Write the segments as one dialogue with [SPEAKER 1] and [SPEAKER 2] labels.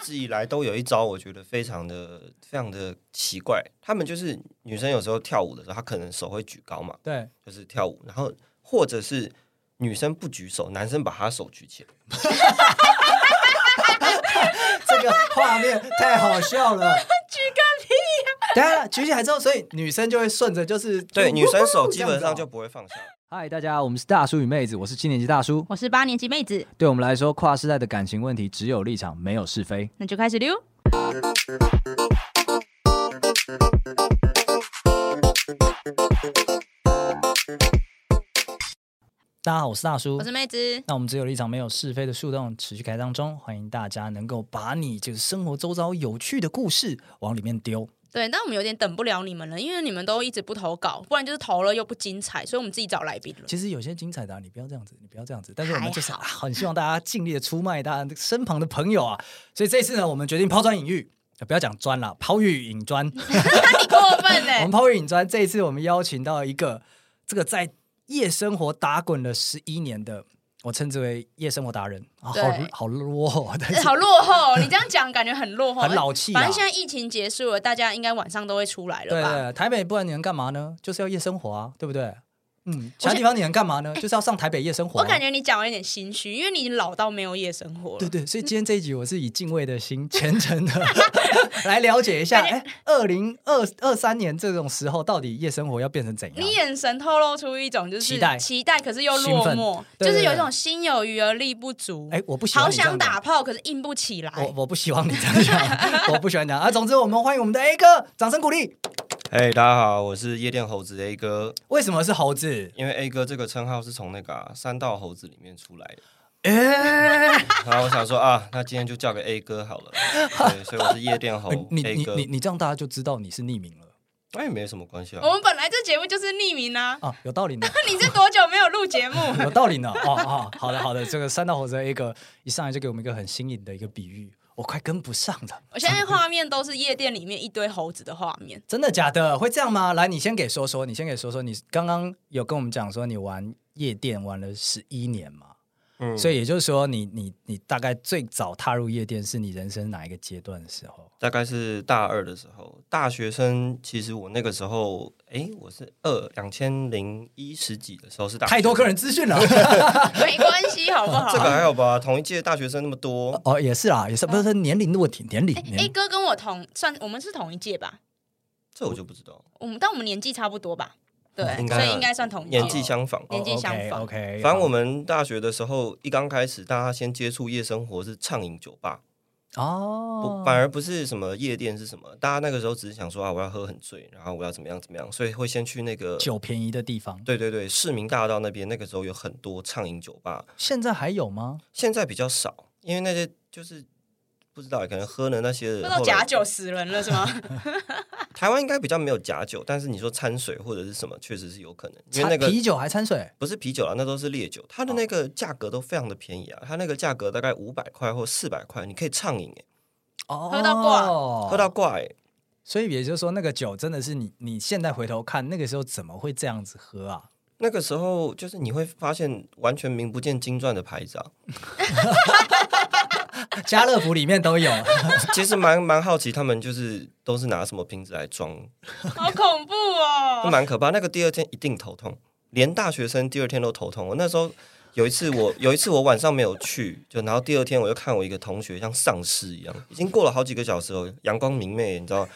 [SPEAKER 1] 直以来都有一招，我觉得非常的非常的奇怪。他们就是女生有时候跳舞的时候，她可能手会举高嘛，
[SPEAKER 2] 对，
[SPEAKER 1] 就是跳舞，然后或者是女生不举手，男生把她手举起来。
[SPEAKER 2] 这个画面太好笑了。举个屁呀、啊！等一下举起来之后，所以女生就会顺着，就是
[SPEAKER 1] 对，女生手
[SPEAKER 2] 这
[SPEAKER 1] 基
[SPEAKER 2] 样
[SPEAKER 1] 本
[SPEAKER 2] 子哦
[SPEAKER 1] 上就不会放下。
[SPEAKER 2] 嗨，大家，我们是大叔与妹子，我是七年级大叔。
[SPEAKER 3] 我是八年级妹子，
[SPEAKER 2] 对我们来说，跨世代的感情问题只有立场，没有是非。
[SPEAKER 3] 那就开始溜。
[SPEAKER 2] 大家好，我是大叔
[SPEAKER 3] 我。是妹子，
[SPEAKER 2] 那我们只有立场，没有是非的树洞持续开当中，欢迎大家能够把你就是生活周遭有趣的故事往里面丢。
[SPEAKER 3] 对，但我们有点等不了你们了，因为你们都一直不投稿，不然就是投了又不精彩，所以我们自己找来宾了。
[SPEAKER 2] 其实有些精彩的、啊，你不要这样子，你不要这样子。但是我们
[SPEAKER 3] 还
[SPEAKER 2] 就是、啊、
[SPEAKER 3] 好
[SPEAKER 2] 很希望大家尽力的出卖大家身旁的朋友啊。所以这次呢，我们决定抛砖引玉，呃不要讲砖啦，抛玉引 砖。
[SPEAKER 3] 你 过分欸嘞、
[SPEAKER 2] 我 们抛玉引砖，这一次我们邀请到一个这个在夜生活打滚了十一年的，我称之为夜生活达人啊，好
[SPEAKER 3] 对
[SPEAKER 2] 好落后，但
[SPEAKER 3] 欸
[SPEAKER 2] 是
[SPEAKER 3] 好落后，你这样讲感觉很落后，
[SPEAKER 2] 很老气啊
[SPEAKER 3] 反正现在疫情结束了，大家应该晚上都会出来了
[SPEAKER 2] 对啊
[SPEAKER 3] 吧？
[SPEAKER 2] 对，台北不然你能干嘛呢？就是要夜生活啊，对不对？嗯，其他
[SPEAKER 3] 我
[SPEAKER 2] 地方你能干嘛呢？就是要上台北夜生活、啊。
[SPEAKER 3] 我感觉你讲的有点心虚，因为你已经老到没有夜生活了。嗯
[SPEAKER 2] 对对，所以今天这一集我是以敬畏的心、 虔诚 的来了解一下，哎，二零二二三年这种时候，到底夜生活要变成怎样
[SPEAKER 3] 你？眼神透露出一种就是
[SPEAKER 2] 期待
[SPEAKER 3] 期待可是又
[SPEAKER 2] 兴
[SPEAKER 3] 落
[SPEAKER 2] 奋
[SPEAKER 3] 寞，
[SPEAKER 2] 对对
[SPEAKER 3] 就是有一
[SPEAKER 2] 对
[SPEAKER 3] 种心有余而力不足。
[SPEAKER 2] 哎，我不喜欢
[SPEAKER 3] 好
[SPEAKER 2] 你这样讲
[SPEAKER 3] 想打，炮，可是硬不起来。
[SPEAKER 2] 我我不希望你这样讲， 我不喜欢讲啊。总之，我们欢迎我们的 A 哥，掌声鼓励。
[SPEAKER 1] 哎，大家好，我是夜店猴子 A 哥，
[SPEAKER 2] 为什么是猴子？
[SPEAKER 1] 因为 A 哥这个称号是从那个、啊、三道猴子里面出来的。
[SPEAKER 2] 哎，
[SPEAKER 1] 然后我想说啊，那今天就叫个 A 哥好了。对，所以我是夜店猴
[SPEAKER 2] 你
[SPEAKER 1] 哦 A
[SPEAKER 2] 你
[SPEAKER 1] 哥
[SPEAKER 2] 你，你这样大家就知道你是匿名了
[SPEAKER 1] 那也没什么关系啊
[SPEAKER 2] 哦
[SPEAKER 3] 我。们本来这节目就是匿名啊，
[SPEAKER 2] 啊，有道理呢。
[SPEAKER 3] 你是多久没有录节目？
[SPEAKER 2] 有道理呢。哦哦，好的好的，这个三道猴子 A 哥一上来就给我们一个很新颖的一个比喻，我快跟不上了。
[SPEAKER 3] 我现在画面都是夜店里面一堆猴子的画面，
[SPEAKER 2] 真的假的？会这样吗？来，你先给说说，你先给说说，你刚刚有跟我们讲说你玩夜店玩了十一年嘛，
[SPEAKER 1] 嗯，
[SPEAKER 2] 所以也就是说你你你大概最早踏入夜店是你人生哪一个阶段的时候？
[SPEAKER 1] 大概是大二的时候，大学生其实我那个时候，哎，我是二两千零一十几的时候是大学生
[SPEAKER 2] 太多个人资讯了。
[SPEAKER 3] 没关系，好不好？
[SPEAKER 1] 这个还好吧？同一届大学生那么多，
[SPEAKER 2] 哦，也是啦，也是不是是年龄的问题，年龄
[SPEAKER 3] 哎
[SPEAKER 2] 年
[SPEAKER 3] 哎，
[SPEAKER 2] 龄。
[SPEAKER 3] 哥跟我同算，我们是同一届吧？
[SPEAKER 1] 这我就不知道，
[SPEAKER 2] 哦
[SPEAKER 3] 我们但我们年纪差不多吧？对
[SPEAKER 1] 应，该
[SPEAKER 3] 所以应该算同一届
[SPEAKER 1] 年。纪相仿。
[SPEAKER 2] 哦
[SPEAKER 1] 哦
[SPEAKER 3] 年纪相仿
[SPEAKER 2] o k
[SPEAKER 1] 反正我们大学的时候，一刚开始，大家先接触夜生活是畅饮酒吧，
[SPEAKER 2] 哦
[SPEAKER 1] 不，，反而不是什么夜店是什么。大家那个时候只是想说啊，我要喝很醉，然后我要怎么样怎么样，所以会先去那个，
[SPEAKER 2] 酒便宜的地方，
[SPEAKER 1] 对对对，市民大道那边那个时候有很多畅饮酒吧，
[SPEAKER 2] 现在还有吗？
[SPEAKER 1] 现在比较少，因为那些就是不知道，可能喝了那些人
[SPEAKER 3] 喝到
[SPEAKER 1] 后来
[SPEAKER 3] 假酒死人了是 吗？
[SPEAKER 1] 台湾应该比较没有假酒，但是你说掺水或者是什么，确实是有可能，因为那
[SPEAKER 2] 掺
[SPEAKER 1] 个
[SPEAKER 2] 啤酒哦还掺水，
[SPEAKER 1] 不是啤酒啊，那都是烈酒，它的那个价格都非常的便宜啊，它那个价格大概五百块或四百块，你可以畅饮哎，
[SPEAKER 2] 哦，
[SPEAKER 3] 喝到
[SPEAKER 1] 喝到挂哎，
[SPEAKER 2] 所以也就是说，那个酒真的是你，你现在回头看，那个时候怎么会这样子喝啊？
[SPEAKER 1] 那个时候就是你会发现完全名不见经传的牌子啊，
[SPEAKER 2] 家乐福里面都有，
[SPEAKER 1] 其实蛮蛮好奇他们就是都是拿什么瓶子来装，
[SPEAKER 3] 好恐怖
[SPEAKER 1] 那
[SPEAKER 3] 哦！
[SPEAKER 1] 蛮可怕。那个第二天一定头痛，连大学生第二天都头痛。我那时候有一次我，有一次我晚上没有去，就然后第二天我就看我一个同学像丧尸一样，已经过了好几个小时了，阳光明媚，你知道，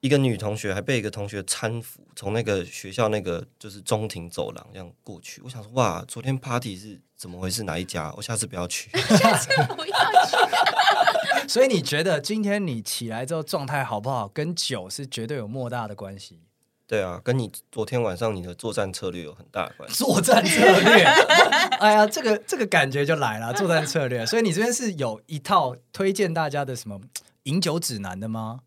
[SPEAKER 1] 一个女同学还被一个同学搀扶从那个学校那个就是中庭走廊这样过去。我想说，哇，昨天 party 是怎么回事？哪一家？我下次不要去。
[SPEAKER 3] 下次不要去。
[SPEAKER 2] 所以你觉得今天你起来之后状态好不好，跟酒是绝对有莫大的关系。
[SPEAKER 1] 对啊，跟你昨天晚上你的作战策略有很大的关系。
[SPEAKER 2] 作战策略， 哎呀，这个这个感觉就来了，作战策略。所以你这边是有一套推荐大家的什么饮酒指南的吗？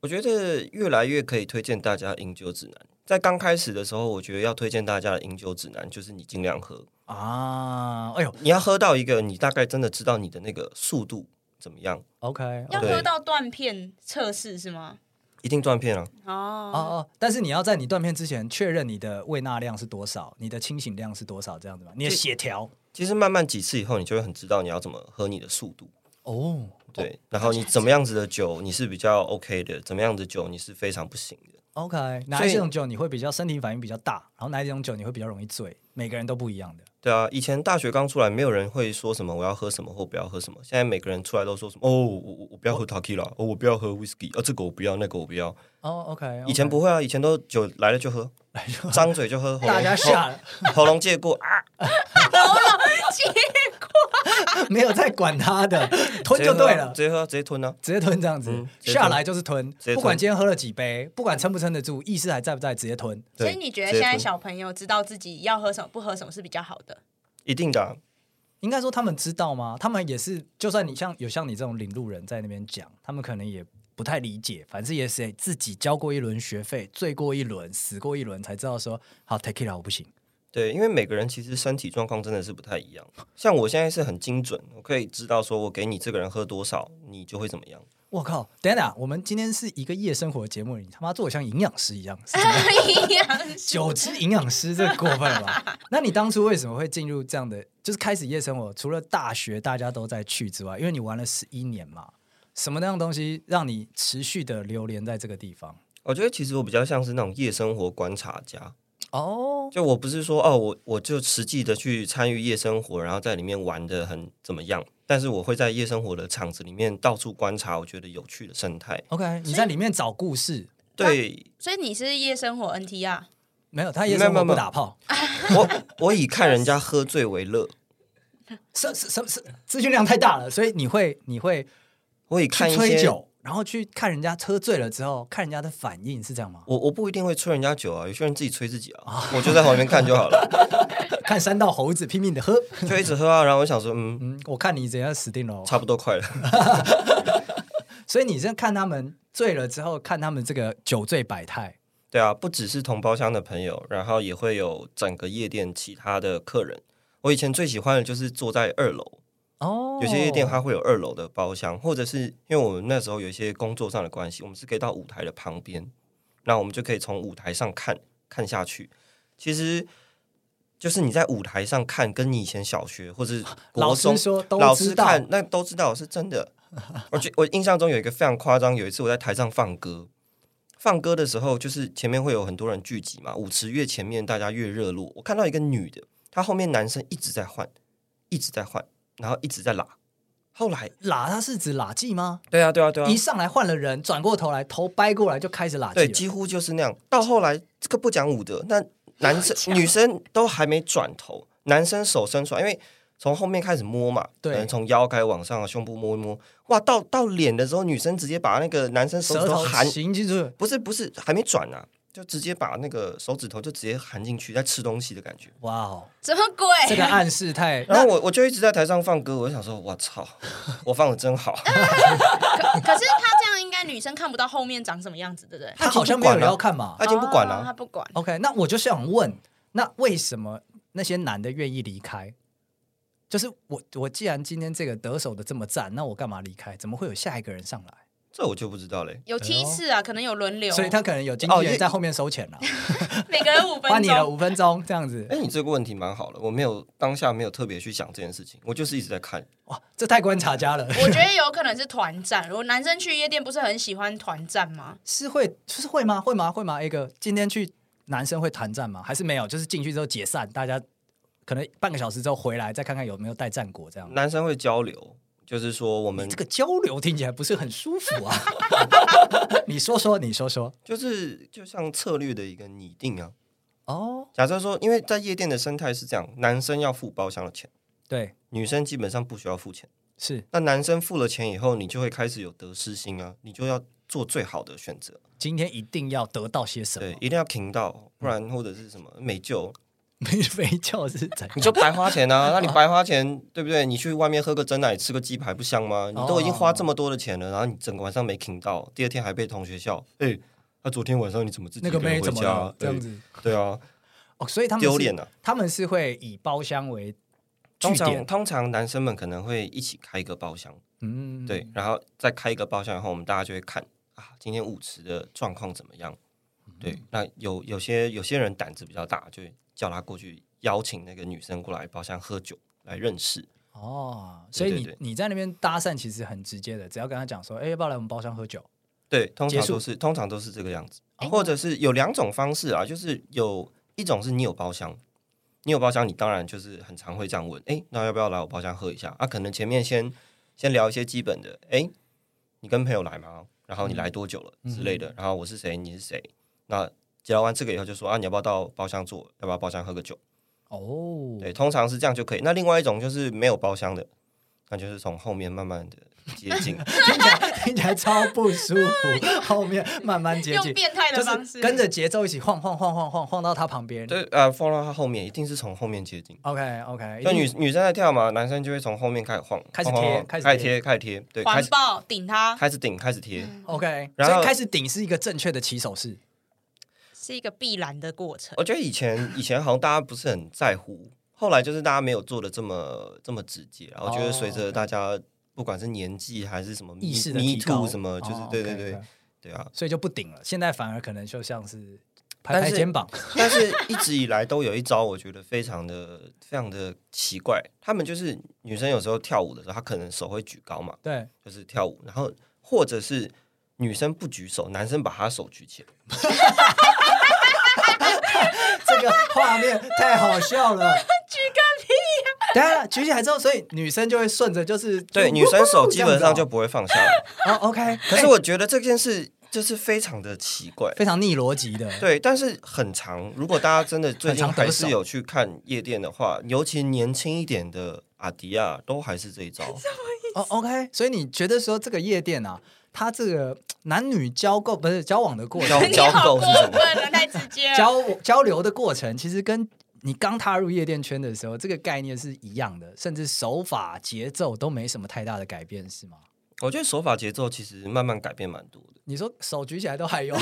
[SPEAKER 1] 我觉得越来越可以推荐大家饮酒指南。在刚开始的时候，我觉得要推荐大家的饮酒指南就是你尽量喝，
[SPEAKER 2] 啊，哎呦
[SPEAKER 1] 你要喝到一个你大概真的知道你的那个速度怎么样，
[SPEAKER 2] ，OK，哦
[SPEAKER 3] 要
[SPEAKER 1] 对
[SPEAKER 3] 喝到断片测试是吗？
[SPEAKER 1] 一定断片啊。
[SPEAKER 2] 哦
[SPEAKER 3] 哦，
[SPEAKER 2] 哦，但是你要在你断片之前确认你的胃钠量是多少，你的清醒量是多少，这样子吧，你的血条
[SPEAKER 1] 其实慢慢几次以后，你就会很知道你要怎么喝你的速度。
[SPEAKER 2] 哦，
[SPEAKER 1] 对，然后你怎么样子的酒你是比较 OK 的，怎么样的酒你是非常不行的。
[SPEAKER 2] OK，哪一种酒你会比较身体反应比较大，然后哪一种酒你会比较容易醉？每个人都不一样的。
[SPEAKER 1] 对啊，以前大学刚出来，没有人会说什么我要喝什么或不要喝什么。现在每个人出来都说什么哦，我我我不要喝 t a k i l a 哦，我不要喝 whisky，哦，这个我不要，那个我不要。
[SPEAKER 2] 哦，OK，, o k
[SPEAKER 1] 以前不会啊，以前都酒来了就 喝，张嘴就喝，喉
[SPEAKER 2] 大家
[SPEAKER 1] 咙
[SPEAKER 2] 吓了，
[SPEAKER 1] 喉喉咙借过 啊，
[SPEAKER 2] 没有在管他的，吞
[SPEAKER 1] 直接
[SPEAKER 2] 就
[SPEAKER 1] 喝
[SPEAKER 2] 对了，
[SPEAKER 1] 直接喝，直接吞啊。
[SPEAKER 2] 直接吞这样子，
[SPEAKER 1] 嗯直接吞
[SPEAKER 2] 下来就是吞
[SPEAKER 1] 接，吞
[SPEAKER 2] 不管今天喝了几杯，不管撑不撑得住，意识还在不在，直接吞。
[SPEAKER 1] 对
[SPEAKER 3] 所以你觉得
[SPEAKER 1] 直接
[SPEAKER 3] 现
[SPEAKER 1] 吞
[SPEAKER 3] 在小朋友知道自己要喝什么、不喝什么是比较好的？
[SPEAKER 1] 一定的啊、
[SPEAKER 2] 应该说他们知道吗？他们也是，就算你像有像你这种领路人在那边讲，他们可能也不太理解，反正也是自己交过一轮学费，醉过一轮，死过一轮，才知道说好 take it 我不行。
[SPEAKER 1] 对，因为每个人其实身体状况真的是不太一样。像我现在是很精准，我可以知道说我给你这个人喝多少，你就会怎么样。
[SPEAKER 2] 我靠，等一下，我们今天是一个夜生活节目，你他妈做的像营养师一样，是怎 么样
[SPEAKER 3] 一样是
[SPEAKER 2] 酒之营养师，这过分了 吧？那你当初为什么会进入这样的，就是开始夜生活？除了大学大家都在去之外，因为你玩了十一年嘛，什么样东西让你持续的流连在这个地方？
[SPEAKER 1] 我觉得其实我比较像是那种夜生活观察家，
[SPEAKER 2] 哦，
[SPEAKER 1] 就我不是说哦，我我就实际的去参与夜生活，然后在里面玩的很怎么样，但是我会在夜生活的场子里面到处观察我觉得有趣的生态。
[SPEAKER 2] OK，你在里面找故事，
[SPEAKER 1] 对
[SPEAKER 3] 所以你是夜生活 NT 啊？
[SPEAKER 2] 没有他夜生
[SPEAKER 1] 没
[SPEAKER 2] 活
[SPEAKER 1] 有没
[SPEAKER 2] 不
[SPEAKER 1] 有
[SPEAKER 2] 打炮，
[SPEAKER 1] 我，我以看人家喝醉为乐，
[SPEAKER 2] 什什什什资讯量太大了，所以你会你会
[SPEAKER 1] 我以看
[SPEAKER 2] 去
[SPEAKER 1] 一
[SPEAKER 2] 吹
[SPEAKER 1] 些。
[SPEAKER 2] 酒，然后去看人家喝醉了之后，看人家的反应是这样吗？
[SPEAKER 1] 我我不一定会吹人家酒啊，有些人自己吹自己啊，我就在旁边看就好 了，
[SPEAKER 2] 看三道猴子拼命的喝，
[SPEAKER 1] 就一直喝啊。然后我想说，嗯，
[SPEAKER 2] 嗯，我看你怎样死定了哦。
[SPEAKER 1] 差不多快了。
[SPEAKER 2] 所以你是看他们醉了之后，看他们这个酒醉百态。
[SPEAKER 1] 对啊，不只是同包厢的朋友，然后也会有整个夜店其他的客人。我以前最喜欢的就是坐在二楼，
[SPEAKER 2] 哦
[SPEAKER 1] 有些夜店它会有二楼的包厢，或者是因为我们那时候有一些工作上的关系，我们是可以到舞台的旁边，那我们就可以从舞台上看看下去。其实就是你在舞台上看，跟你以前小学或是
[SPEAKER 2] 老
[SPEAKER 1] 国中
[SPEAKER 2] 师说都
[SPEAKER 1] 老
[SPEAKER 2] 知
[SPEAKER 1] 师
[SPEAKER 2] 道
[SPEAKER 1] 看那都知道是真的。我觉 我印象中有一个非常夸张，有一次我在台上放歌，放歌的时候就是前面会有很多人聚集嘛，舞池越前面大家越热络。我看到一个女的，她后面男生一直在换，一直在换，然后一直在拉。后来，
[SPEAKER 2] 拉他是指拉技吗？
[SPEAKER 1] 对啊，对啊，对啊
[SPEAKER 2] 一，上来换了人，转过头来头掰过来就开始拉技
[SPEAKER 1] 对，
[SPEAKER 2] 了。
[SPEAKER 1] 几乎就是那样。到后来，这个不讲武德，那男生女生都还没转头，男生手伸出来，因为从后面开始摸嘛，
[SPEAKER 2] 对
[SPEAKER 1] 可能从腰开始往上，胸部摸一摸，哇，到到脸的时候，女生直接把那个男生手
[SPEAKER 2] 舌
[SPEAKER 1] 指头
[SPEAKER 2] 头
[SPEAKER 1] 含，
[SPEAKER 2] 行进去，
[SPEAKER 1] 不是不是，还没转啊，就直接把那个手指头就直接含进去，在吃东西的感觉。
[SPEAKER 2] 哇哦，
[SPEAKER 3] 什么 鬼？
[SPEAKER 2] 这个暗示太……
[SPEAKER 1] 然后我我就一直在台上放歌，我就想说，我操， 我放的真好。
[SPEAKER 3] 可可是他这样应该女生看不到后面长什么样子，对不对？
[SPEAKER 2] 他好像没有人要看嘛。
[SPEAKER 1] 他已经不管
[SPEAKER 3] 哦
[SPEAKER 1] 了
[SPEAKER 2] 啊
[SPEAKER 3] 他，不管。
[SPEAKER 2] OK，那我就想问，那为什么那些男的愿意离开？就是我，我既然今天这个得手的这么赞，那我干嘛离开？怎么会有下一个人上来？
[SPEAKER 1] 这我就不知道嘞。
[SPEAKER 3] 有梯次啊，可能有轮流，
[SPEAKER 2] 所以他可能有经
[SPEAKER 1] 哦
[SPEAKER 2] 纪
[SPEAKER 1] 因
[SPEAKER 2] 人
[SPEAKER 1] 为
[SPEAKER 2] 在后面收钱了，
[SPEAKER 3] 每个人五
[SPEAKER 2] 换
[SPEAKER 3] 分
[SPEAKER 2] 你了
[SPEAKER 3] 钟。
[SPEAKER 2] 五分钟这样子。
[SPEAKER 1] 哎，你这个问题蛮好的，我没有当下没有特别去想这件事情，我就是一直在看。
[SPEAKER 2] 哇，这太观察家了。
[SPEAKER 3] 我觉得有可能是团战，如果男生去夜店不是很喜欢团战吗？
[SPEAKER 2] 是会是会吗？会吗？会吗？A 哥，今天去男生会团战吗？还是没有？就是进去之后解散，大家可能半个小时之后回来再看看有没有带战果这样。
[SPEAKER 1] 男生会交流，就是说我们
[SPEAKER 2] 这个交流听起来不是很舒服啊！ 你说说，你说说。
[SPEAKER 1] 就是就像策略的一个拟定啊。
[SPEAKER 2] 哦，
[SPEAKER 1] 假设说，因为在夜店的生态是这样，男生要付包厢的钱，
[SPEAKER 2] 对，
[SPEAKER 1] 女生基本上不需要付钱。
[SPEAKER 2] 是
[SPEAKER 1] 那男生付了钱以后，你就会开始有得失心啊，你就要做最好的选择，
[SPEAKER 2] 今天一定要得到些什
[SPEAKER 1] 对
[SPEAKER 2] 么，？嗯
[SPEAKER 1] 一定要停到，不然或者是什么没救，
[SPEAKER 2] 没没叫是怎
[SPEAKER 1] 你
[SPEAKER 2] 样？
[SPEAKER 1] 就白花钱啊！那你白花钱，对不对？你去外面喝个真奶，吃个鸡排，不香吗？你都已经花这么多的钱了，然后你整个晚上没停到，第二天还被同学笑，哎、他、昨天晚上你怎么自己
[SPEAKER 2] 那
[SPEAKER 1] 一
[SPEAKER 2] 个
[SPEAKER 1] 个人
[SPEAKER 2] 妹
[SPEAKER 1] 回
[SPEAKER 2] 怎么
[SPEAKER 1] 家啊？
[SPEAKER 2] 了？这样
[SPEAKER 1] 哎
[SPEAKER 2] 子
[SPEAKER 1] 对啊，
[SPEAKER 2] 哦，所以他们是
[SPEAKER 1] 丢脸啊！
[SPEAKER 2] 他们是会以包厢为据
[SPEAKER 1] 通常
[SPEAKER 2] 点，
[SPEAKER 1] 通常男生们可能会一起开一个包厢，
[SPEAKER 2] 嗯，
[SPEAKER 1] 对，然后再开一个包厢以后，我们大家就会看啊，今天舞池的状况怎么样？
[SPEAKER 2] 嗯
[SPEAKER 1] 对，那有有些有些人胆子比较大，就叫他过去邀请那个女生过来包厢喝酒来认识。
[SPEAKER 2] 哦，所
[SPEAKER 1] 对
[SPEAKER 2] 以
[SPEAKER 1] 对
[SPEAKER 2] 你
[SPEAKER 1] 对
[SPEAKER 2] 你在那边搭讪其实很直接的，只要跟他讲说，哎，要不要来我们包厢喝酒？
[SPEAKER 1] 对，通
[SPEAKER 2] 结
[SPEAKER 1] 常
[SPEAKER 2] 束哦
[SPEAKER 1] 都是通常都是这个样子，
[SPEAKER 3] 哎
[SPEAKER 1] 或者是有两种方式啊，就是有一种是你有包厢，你有包厢，你当然就是很常会这样问，哎，那要不要来我包厢喝一下？啊，可能前面先先聊一些基本的，哎，你跟朋友来吗？然后你
[SPEAKER 2] 嗯
[SPEAKER 1] 来多久了、之类的，然后我是谁，你是谁？那聊完这个以后就说啊，你要不要到包厢坐？要不要包厢喝个酒？
[SPEAKER 2] 哦，
[SPEAKER 1] 对，通常是这样就可以。那另外一种就是没有包厢的，那就是从后面慢慢的接 近。
[SPEAKER 2] 听起来听起来超不舒服，后面慢慢接
[SPEAKER 3] 用
[SPEAKER 2] 近，
[SPEAKER 3] 变态的方
[SPEAKER 2] 就
[SPEAKER 3] 式
[SPEAKER 2] 是跟着节奏一起晃晃晃晃晃晃到他旁边。
[SPEAKER 1] 对，呃，放到他后面一定是从后面接近。
[SPEAKER 2] ，OK OK，
[SPEAKER 1] 那女女生在跳嘛，男生就会从后面开始晃，
[SPEAKER 2] 哎开始
[SPEAKER 1] 晃
[SPEAKER 2] 贴
[SPEAKER 1] 晃晃
[SPEAKER 2] 开
[SPEAKER 1] 开
[SPEAKER 2] 始
[SPEAKER 1] 始贴，开始贴，对，开
[SPEAKER 3] 环
[SPEAKER 1] 始
[SPEAKER 3] 抱顶他
[SPEAKER 1] 开始顶，开始贴，
[SPEAKER 2] OK，
[SPEAKER 1] 然后
[SPEAKER 2] 所以开始顶是一个正确的起手式。
[SPEAKER 3] 是一个必然的过程。
[SPEAKER 1] 我觉得以前以前好像大家不是很在乎，后来就是大家没有做的这么这么直接啊，然后觉得随着大家不管是年纪还是什么
[SPEAKER 2] 哦意识的
[SPEAKER 1] me
[SPEAKER 2] 提高
[SPEAKER 1] too 什么，就是
[SPEAKER 2] 哦
[SPEAKER 1] 对
[SPEAKER 2] OK，
[SPEAKER 1] 对对
[SPEAKER 2] OK
[SPEAKER 1] 对啊，
[SPEAKER 2] 所以就不顶了。现在反而可能就像是拍
[SPEAKER 1] 但
[SPEAKER 2] 拍
[SPEAKER 1] 是
[SPEAKER 2] 肩 膀，
[SPEAKER 1] 但是一直以来都有一招，我觉得非常的非常的奇怪，他们就是女生有时候跳舞的时候，她可能手会举高嘛，
[SPEAKER 2] 对，
[SPEAKER 1] 就是跳舞，然后或者是女生不举手，男生把她手举起来。
[SPEAKER 2] 这个画面太好笑了。举个屁、等一下举起来之后，所以女生就会顺着就是
[SPEAKER 1] 对，女生手基本
[SPEAKER 2] 啊
[SPEAKER 1] 上就不会放下来。
[SPEAKER 2] 哦 OK，
[SPEAKER 1] 可是我觉得这件事就是非常的奇怪。
[SPEAKER 2] 非常逆逻辑的，
[SPEAKER 1] 对，但是很长。如果大家真的最近
[SPEAKER 2] 很常得
[SPEAKER 1] 还
[SPEAKER 2] 手
[SPEAKER 1] 是有去看夜店的话，尤其年轻一点的阿迪亚都还是这一招。
[SPEAKER 2] 哦 OK，所以你觉得说这个夜店啊，它这个男女交够不是交往的过程
[SPEAKER 1] 交，
[SPEAKER 3] 你好过分了，太直接了。
[SPEAKER 2] 交交流的过程，其实跟你刚踏入夜店圈的时候，这个概念是一样的，甚至手法、节奏都没什么太大的改变，是吗？
[SPEAKER 1] 我觉得手法节奏其实慢慢改变蛮多 的。
[SPEAKER 2] 你说手举起来都还有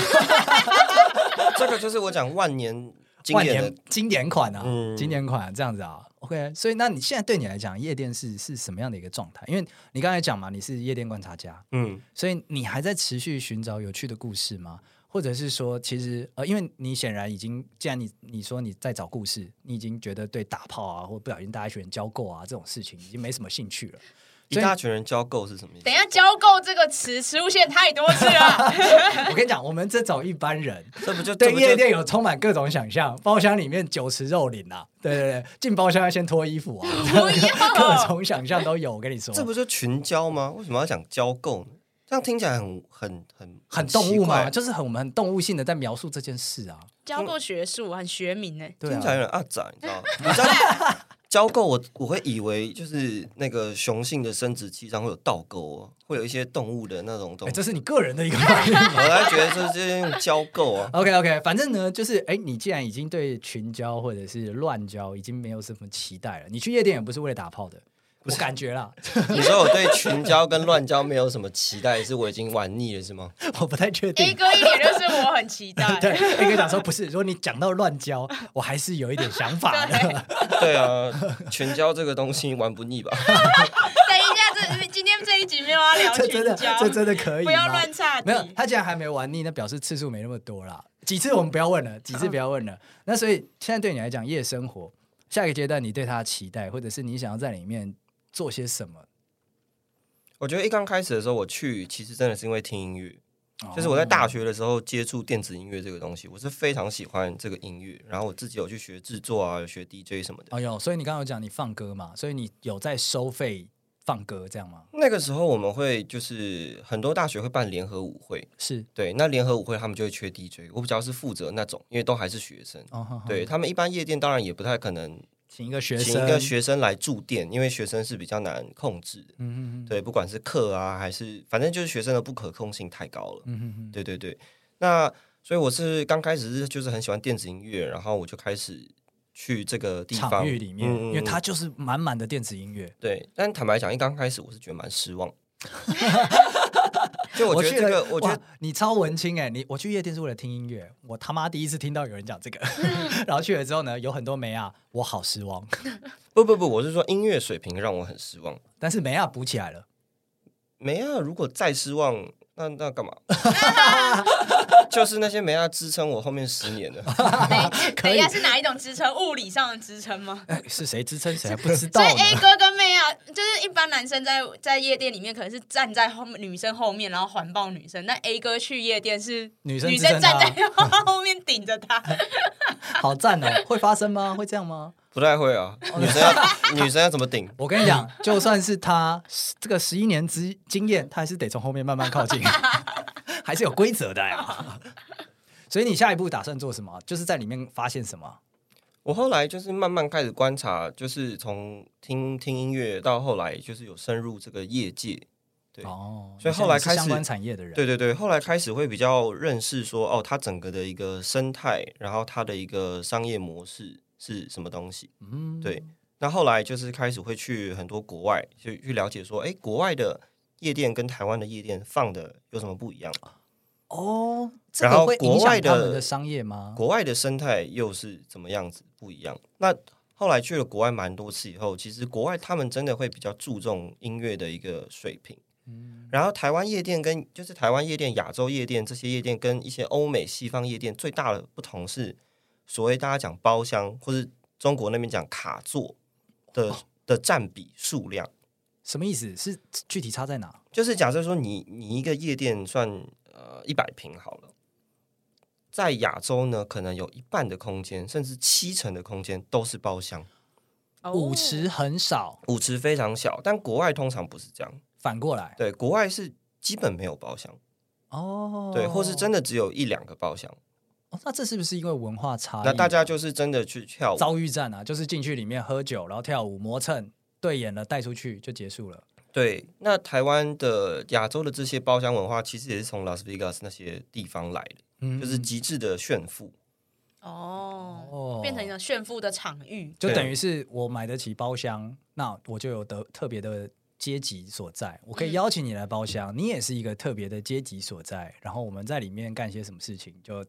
[SPEAKER 1] 这个就是我讲万年经
[SPEAKER 2] 万
[SPEAKER 1] 典的
[SPEAKER 2] 年经典款啊，
[SPEAKER 1] 嗯
[SPEAKER 2] 经典款这样子啊。OK，所以那你现在对你来讲，夜店是是什么样的一个状态？因为你刚才讲嘛，你是夜店观察家，
[SPEAKER 1] 嗯，
[SPEAKER 2] 所以你还在持续寻找有趣的故事吗？或者是说，其实呃，因为你显然已经，既然你你说你在找故事，你已经觉得对打炮啊，或不小心大家群人交够啊这种事情已经没什么兴趣了。
[SPEAKER 1] 一大群人交够是什么意思
[SPEAKER 3] 等？一下，交够这个词出现太多次了，啊
[SPEAKER 2] 我跟你讲，我们这种一般人，
[SPEAKER 1] 这不就这
[SPEAKER 2] 对
[SPEAKER 1] 不
[SPEAKER 2] 夜
[SPEAKER 1] 就
[SPEAKER 2] 店有充满各种想象，包厢里面酒池肉林啊，对对对，进包厢要先脱衣服啊， 各种想象都有。我跟你说，
[SPEAKER 1] 这不就群交吗？为什么要讲交够呢？这样听起来很很很
[SPEAKER 2] 很动物
[SPEAKER 1] 奇怪
[SPEAKER 2] 嘛，就是很我们很动物性的在描述这件事啊，
[SPEAKER 3] 交够学术，很学名呢。
[SPEAKER 2] 对
[SPEAKER 1] 听起来
[SPEAKER 2] 啊，
[SPEAKER 1] 有点阿展，你知道 吗？你知道交够我我会以为就是那个雄性的生殖器上会有倒钩哦，会有一些动物的那种东
[SPEAKER 2] 哎，
[SPEAKER 1] 西，
[SPEAKER 2] 这是你个人的一个反应。
[SPEAKER 1] 我还觉得这这些用交够 啊。
[SPEAKER 2] OK OK，反正呢，就是哎，你既然已经对群交或者是乱交已经没有什么期待了，你去夜店也不是为了打炮的，我感觉啦，
[SPEAKER 1] 你说我对群交跟乱交没有什么期待，是我已经玩腻了是吗？
[SPEAKER 2] 我不太确
[SPEAKER 3] A
[SPEAKER 2] 定。
[SPEAKER 3] 哥一啊点就是我很期待，
[SPEAKER 2] 对，A 哥讲说不是，如果你讲到乱交，我还是有一点想法的。
[SPEAKER 1] 对啊，群交这个东西玩不腻吧？
[SPEAKER 3] 等一下，这今天这一集没有要聊
[SPEAKER 2] 这
[SPEAKER 3] 群
[SPEAKER 2] 真的，
[SPEAKER 3] 交，
[SPEAKER 2] 这真的可以吗
[SPEAKER 3] 不要乱岔题
[SPEAKER 2] 没。有，他既然还没玩腻，那表示次数没那么多啦。几次我们不要问了，几次不要问了。那所以现在对你来讲，夜生活下一个阶段，你对他的期待，或者是你想要在里面做些什么？
[SPEAKER 1] 我觉得一刚开始的时候我去，其实真的是因为听音乐。
[SPEAKER 2] 哦
[SPEAKER 1] 就是我在大学的时候接触电子音乐这个东西，我是非常喜欢这个音乐，然后我自己有去学制作啊，有学 DJ 什么的。
[SPEAKER 2] 哦哟，所以你刚刚有讲你放歌嘛，所以你有在收费放歌这样吗？
[SPEAKER 1] 那个时候我们会就是很多大学会办联合舞会，
[SPEAKER 2] 是，
[SPEAKER 1] 对，那联合舞会他们就会缺 DJ，我比较是负责那种，因为都还是学生，
[SPEAKER 2] 哦，好好
[SPEAKER 1] 对他们一般夜店当然也不太可能
[SPEAKER 2] 请一个学
[SPEAKER 1] 请
[SPEAKER 2] 生，
[SPEAKER 1] 一个学生来驻店，因为学生是比较难控制的，
[SPEAKER 2] 嗯，嗯嗯，
[SPEAKER 1] 对，不管是课啊还是反正就是学生的不可控性太高了，
[SPEAKER 2] 嗯嗯嗯，
[SPEAKER 1] 对对对，那所以我是刚开始是就是很喜欢电子音乐，然后我就开始去这个地
[SPEAKER 2] 场
[SPEAKER 1] 方
[SPEAKER 2] 域里
[SPEAKER 1] 嗯
[SPEAKER 2] 面，
[SPEAKER 1] 嗯
[SPEAKER 2] 因为
[SPEAKER 1] 嗯
[SPEAKER 2] 它就是满满的电子音乐。
[SPEAKER 1] 对，但坦白讲，一刚开始我是觉得蛮失 望。就我觉得
[SPEAKER 2] 去
[SPEAKER 1] 这
[SPEAKER 2] 了
[SPEAKER 1] 个，我觉
[SPEAKER 2] 哇
[SPEAKER 1] 得
[SPEAKER 2] 你超文青哎、你我去夜店是为了听音乐，我他妈第一次听到有人讲这个，
[SPEAKER 3] 嗯
[SPEAKER 2] 然后去了之后呢，有很多梅亚，我好失望，
[SPEAKER 1] 不不不，我是说音乐水平让我很失望。
[SPEAKER 2] 但是梅亚补起来了，
[SPEAKER 1] 没啊，如果再失望，那那干嘛？ 就是那些没啊支撑我后面十年的，
[SPEAKER 3] 等一下是哪一种支撑？物理上的支撑吗？
[SPEAKER 2] 哎是谁支撑谁还不知道
[SPEAKER 3] 所以
[SPEAKER 2] 呢？
[SPEAKER 3] A 哥跟妹啊，就是一般男生在在夜店里面可能是站在后女生后面，然后环抱女生，但 A 哥去夜店是
[SPEAKER 2] 女生
[SPEAKER 3] 女
[SPEAKER 2] 支撑
[SPEAKER 3] 生
[SPEAKER 2] 他
[SPEAKER 3] 站在 他后面顶着他，
[SPEAKER 2] 好赞哦！会发生吗？会这样吗？
[SPEAKER 1] 不太会啊。女生要女生要怎么顶？
[SPEAKER 2] 我跟你 讲，就算是他这个十一年之经验，他还是得从后面慢慢靠近， 还是有规则的呀。所以你下一步打算做什么？就是在里面发现什么？
[SPEAKER 1] 我后来就是慢慢开始观察，就是从听听音乐到后来，就是有深入这个业界。对
[SPEAKER 2] 哦，
[SPEAKER 1] 所以后来
[SPEAKER 2] 你现在
[SPEAKER 1] 开始
[SPEAKER 2] 是相关产业的人，
[SPEAKER 1] 对对对，后来开始会比较认识说，哦，它整个的一个生态，然后它的一个商业模式是什么东西。
[SPEAKER 2] 嗯
[SPEAKER 1] 对，那后来就是开始会去很多国外，去去了解说，哎，国外的夜店跟台湾的夜店放的有什么不一样？
[SPEAKER 2] 哦，这
[SPEAKER 1] 然
[SPEAKER 2] 个
[SPEAKER 1] 后
[SPEAKER 2] 会影
[SPEAKER 1] 国
[SPEAKER 2] 响
[SPEAKER 1] 外的
[SPEAKER 2] 他们的商业吗？
[SPEAKER 1] 国外的生态又是怎么样子不一样？那后来去了国外蛮多次以后，其实国外他们真的会比较注重音乐的一个水平。然后台湾夜店跟就是台湾夜店、亚洲夜店这些夜店跟一些欧美西方夜店最大的不同是，所谓大家讲包厢或是中国那边讲卡座的的占比数量。
[SPEAKER 2] 什么意思？是具体差在哪？
[SPEAKER 1] 就是假设说你你一个夜店算呃一百平好了，在亚洲呢，可能有一半的空间，甚至七成的空间都是包厢，
[SPEAKER 3] 哦
[SPEAKER 2] 舞池很少，
[SPEAKER 1] 舞池非常小。但国外通常不是这样，
[SPEAKER 2] 反过来
[SPEAKER 1] 对，国外是基本没有包厢，
[SPEAKER 2] 哦，
[SPEAKER 1] 对，或是真的只有一两个包厢。
[SPEAKER 2] 哦那这是不是因为文化差异？
[SPEAKER 1] 那大家就是真的去跳舞，
[SPEAKER 2] 遭遇战啊，就是进去里面喝酒，然后跳舞磨蹭，对眼了带出去就结束了。
[SPEAKER 1] 对。那台湾的亚洲的这些包厢文化，其实也是从拉斯维加斯那些地方来的，
[SPEAKER 2] 嗯
[SPEAKER 1] 就是极致的炫富。
[SPEAKER 3] 哦
[SPEAKER 2] 哦，
[SPEAKER 3] 变成一种炫富的场域。
[SPEAKER 2] 就
[SPEAKER 1] 对
[SPEAKER 2] 等于是我买得起包厢，那我就有得特别的阶级所在，我可以
[SPEAKER 3] 嗯
[SPEAKER 2] 邀请你来包厢，你也是一个特别的阶级所在，然后我们在里面干些什么事情，就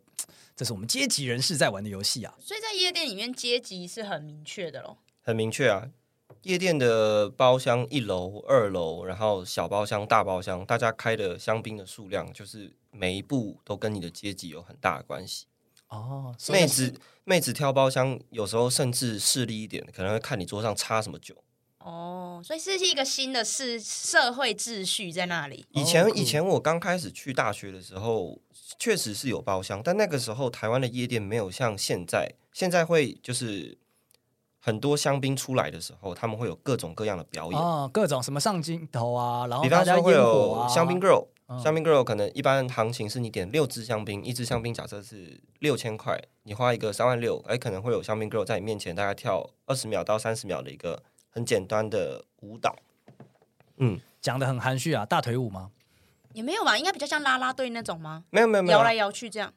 [SPEAKER 2] 这是我们阶级人士在玩的游戏啊。
[SPEAKER 3] 所以在夜店里面，阶级是很明确的咯。
[SPEAKER 1] 很明确啊。夜店的包厢一楼、二楼，然后小包厢、大包厢，大家开的香槟的数量，就是每一步都跟你的阶级有很大的关系。
[SPEAKER 2] 哦，
[SPEAKER 3] 是
[SPEAKER 1] 妹子妹子挑包厢，有时候甚至势利一点，可能会看你桌上插什么酒。
[SPEAKER 3] 哦，所以是一个新的世社会秩序在那里。
[SPEAKER 1] 以前、
[SPEAKER 2] 哦
[SPEAKER 1] 以前我刚开始去大学的时候，确实是有包厢，但那个时候台湾的夜店没有像现在，现在会就是很多香槟出来的时候，他们会有各种各样的表演。
[SPEAKER 2] 哦，各种什么上镜头啊，然后
[SPEAKER 1] 比
[SPEAKER 2] 大
[SPEAKER 1] 方
[SPEAKER 2] 家
[SPEAKER 1] 说会
[SPEAKER 2] 烟火
[SPEAKER 1] 有
[SPEAKER 2] 啊，
[SPEAKER 1] 香槟 girl，、
[SPEAKER 2] 嗯
[SPEAKER 1] 香槟 girl 可能一般行情是你点六支香槟，一支香槟假设是六千块，你花一个三万六，哎，可能会有香槟 girl 在你面前大概跳二十秒到三十秒的一个很简单的舞蹈。嗯，
[SPEAKER 2] 讲的很含蓄啊，大腿舞吗？
[SPEAKER 3] 也没有吧，应该比较像啦啦队那种吗？
[SPEAKER 1] 没有没有没有
[SPEAKER 3] 摇
[SPEAKER 1] 啊，
[SPEAKER 3] 来摇去这样，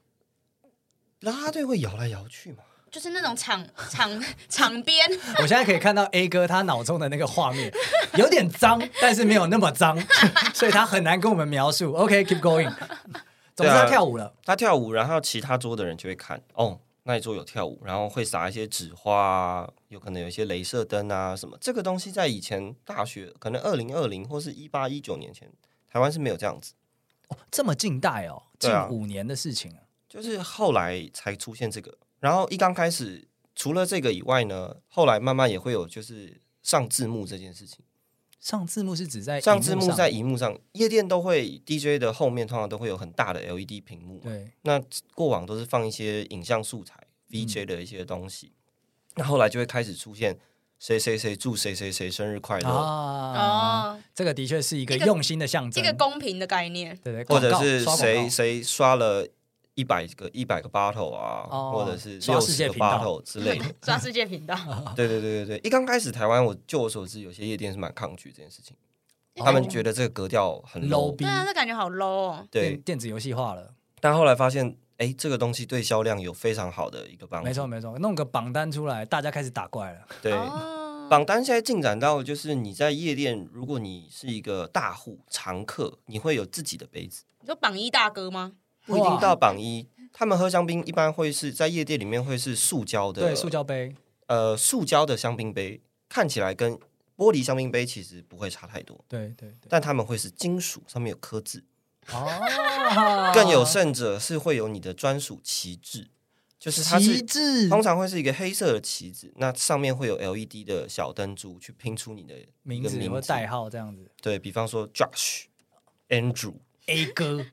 [SPEAKER 1] 啦啦队会摇来摇去嘛？
[SPEAKER 3] 就是那种场 场场边，
[SPEAKER 2] 我现在可以看到 A 哥他脑中的那个画面，有点脏，但是没有那么脏， 所以他很难跟我们描述。OK，keep、going。总之
[SPEAKER 1] 啊
[SPEAKER 2] 他跳舞了，
[SPEAKER 1] 他跳舞，然后其他桌的人就会看哦。那一桌有跳舞，然后会撒一些纸花啊，有可能有一些镭射灯啊什么。这个东西在以前大学，可能二零二零或是一八一九年前，台湾是没有这样子。
[SPEAKER 2] 哦、这么近代哦，近
[SPEAKER 1] 对啊
[SPEAKER 2] 五年的事情啊。
[SPEAKER 1] 就是后来才出现这个。然后一刚开始，除了这个以外呢，后来慢慢也会有就是上字幕这件事情。
[SPEAKER 2] 上字幕是指在
[SPEAKER 1] 上
[SPEAKER 2] 荧幕
[SPEAKER 1] 字幕在荧幕上，夜店都会 DJ 的后面通常都会有很大的 LED 屏幕嘛。
[SPEAKER 2] 对，
[SPEAKER 1] 那过往都是放一些影像素材、VJ
[SPEAKER 2] 嗯
[SPEAKER 1] 的一些东西。那后来就会开始出现谁谁谁祝谁谁谁生日快乐，
[SPEAKER 2] 哦啊，
[SPEAKER 3] 哦，
[SPEAKER 2] 这个的确是一个
[SPEAKER 3] 这个
[SPEAKER 2] 用心的象
[SPEAKER 3] 这
[SPEAKER 2] 征，
[SPEAKER 3] 个公平的概念。
[SPEAKER 2] 对对，
[SPEAKER 1] 或
[SPEAKER 2] 广
[SPEAKER 1] 者
[SPEAKER 2] 告
[SPEAKER 1] 是
[SPEAKER 2] 刷广
[SPEAKER 1] 谁
[SPEAKER 2] 告
[SPEAKER 1] 谁刷了一百个一百个 battle 啊，
[SPEAKER 2] 哦
[SPEAKER 1] 或者是
[SPEAKER 2] 刷
[SPEAKER 1] 六
[SPEAKER 2] 世界
[SPEAKER 1] 十个
[SPEAKER 2] 频道
[SPEAKER 1] battle 之 类的。
[SPEAKER 3] 刷世界频道，
[SPEAKER 1] 对对对对对，一刚开始台湾，我就我所知，有些夜店是蛮抗拒这件事情，
[SPEAKER 3] 哦
[SPEAKER 1] 他们觉得这个格调很
[SPEAKER 2] low
[SPEAKER 1] low。
[SPEAKER 2] 逼
[SPEAKER 3] 对啊，这感觉好 low 哦。
[SPEAKER 1] 对，
[SPEAKER 2] 电子游戏化了，
[SPEAKER 1] 但后来发现，哎，这个东西对销量有非常好的一个帮助。
[SPEAKER 2] 没错，没错，弄个榜单出来，大家开始打怪了。
[SPEAKER 1] 对。
[SPEAKER 3] 哦
[SPEAKER 1] 榜单现在进展到，就是你在夜店，如果你是一个大户常客，你会有自己的杯子，
[SPEAKER 3] 你说榜一大哥吗？
[SPEAKER 1] 不一定
[SPEAKER 2] 哇
[SPEAKER 1] 到榜一。他们喝香槟一般会是在夜店里面会是塑胶的，
[SPEAKER 2] 对，塑胶杯
[SPEAKER 1] 呃塑胶的香槟杯，看起来跟玻璃香槟杯其实不会差太多，
[SPEAKER 2] 对对对，
[SPEAKER 1] 但他们会是金属，上面有刻字。
[SPEAKER 2] 哦，
[SPEAKER 1] 更有甚者是会有你的专属旗帜，就是它
[SPEAKER 2] 旗
[SPEAKER 1] 是
[SPEAKER 2] 帜，
[SPEAKER 1] 通常会是一个黑色的旗子，那上面会有 LED 的小灯珠去拼出你的一
[SPEAKER 2] 名
[SPEAKER 1] 个
[SPEAKER 2] 字
[SPEAKER 1] 名
[SPEAKER 2] 或
[SPEAKER 1] 字。
[SPEAKER 2] 代号这样子。
[SPEAKER 1] 对比方说 Josh、Andrew，
[SPEAKER 2] A 哥，
[SPEAKER 1] 嗯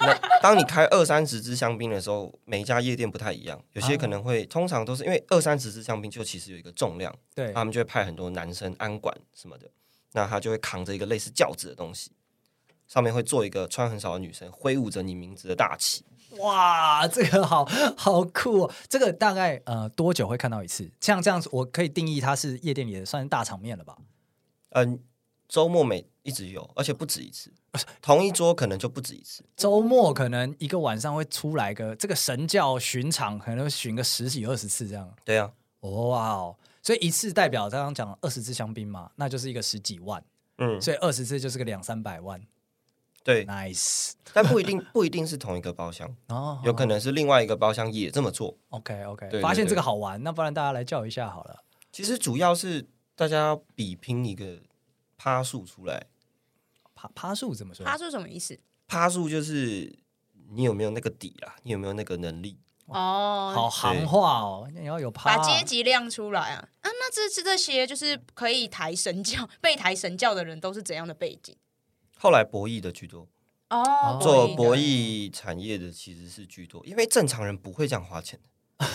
[SPEAKER 1] 那当你开二三十支香槟的时候，每一家夜店不太一样，有
[SPEAKER 2] 啊
[SPEAKER 1] 些可能会、通常都是因为二三十支香槟就其实有一个重量，
[SPEAKER 2] 对，
[SPEAKER 1] 他们就会派很多男生安管什么的，那他就会扛着一个类似轿子的东西，上面会坐一个穿很少的女生，挥舞着你名字的大旗。
[SPEAKER 2] 哇，这个好好酷哦！这个大概呃多久会看到一次？像这样子，我可以定义它是夜店里的算是大场面了吧？
[SPEAKER 1] 嗯、周末每一直有，而且不止一次，
[SPEAKER 2] 呃
[SPEAKER 1] 同一桌可能就不止一次。
[SPEAKER 2] 周末可能一个晚上会出来个这个神教巡场，可能会巡个十几二十次这样。
[SPEAKER 1] 对啊，
[SPEAKER 2] 哦哇哦！所以一次代表刚刚讲二十支香槟嘛，那就是一个十几万，
[SPEAKER 1] 嗯，
[SPEAKER 2] 所以二十支就是个两三百万
[SPEAKER 1] 对，
[SPEAKER 2] ，nice
[SPEAKER 1] 但不一定 不一定是同一个包厢，
[SPEAKER 2] 哦，
[SPEAKER 1] 有可能是另外一个包厢也这么做。
[SPEAKER 2] OK OK，
[SPEAKER 1] 对对
[SPEAKER 2] 发现这
[SPEAKER 1] 对
[SPEAKER 2] 个好玩，那不然大家来叫一下好了。
[SPEAKER 1] 其实主要是大家要比拼一个趴数出来，
[SPEAKER 2] 趴趴树怎么说？
[SPEAKER 3] 他说什么意思？
[SPEAKER 1] 趴数就是你有没有那个底啊，你有没有那个能力。
[SPEAKER 2] 好
[SPEAKER 3] 哦，
[SPEAKER 2] 行话哦，你要有趴
[SPEAKER 3] 把
[SPEAKER 1] 啊
[SPEAKER 3] 阶级亮出来啊！啊，那这这这些就是可以抬神教、被抬神教的人都是怎样的背景？
[SPEAKER 1] 后来博弈的居多，
[SPEAKER 3] 哦，
[SPEAKER 1] 做
[SPEAKER 3] 的
[SPEAKER 1] 博弈产业的其实是居多，因为正常人不会这样花钱的。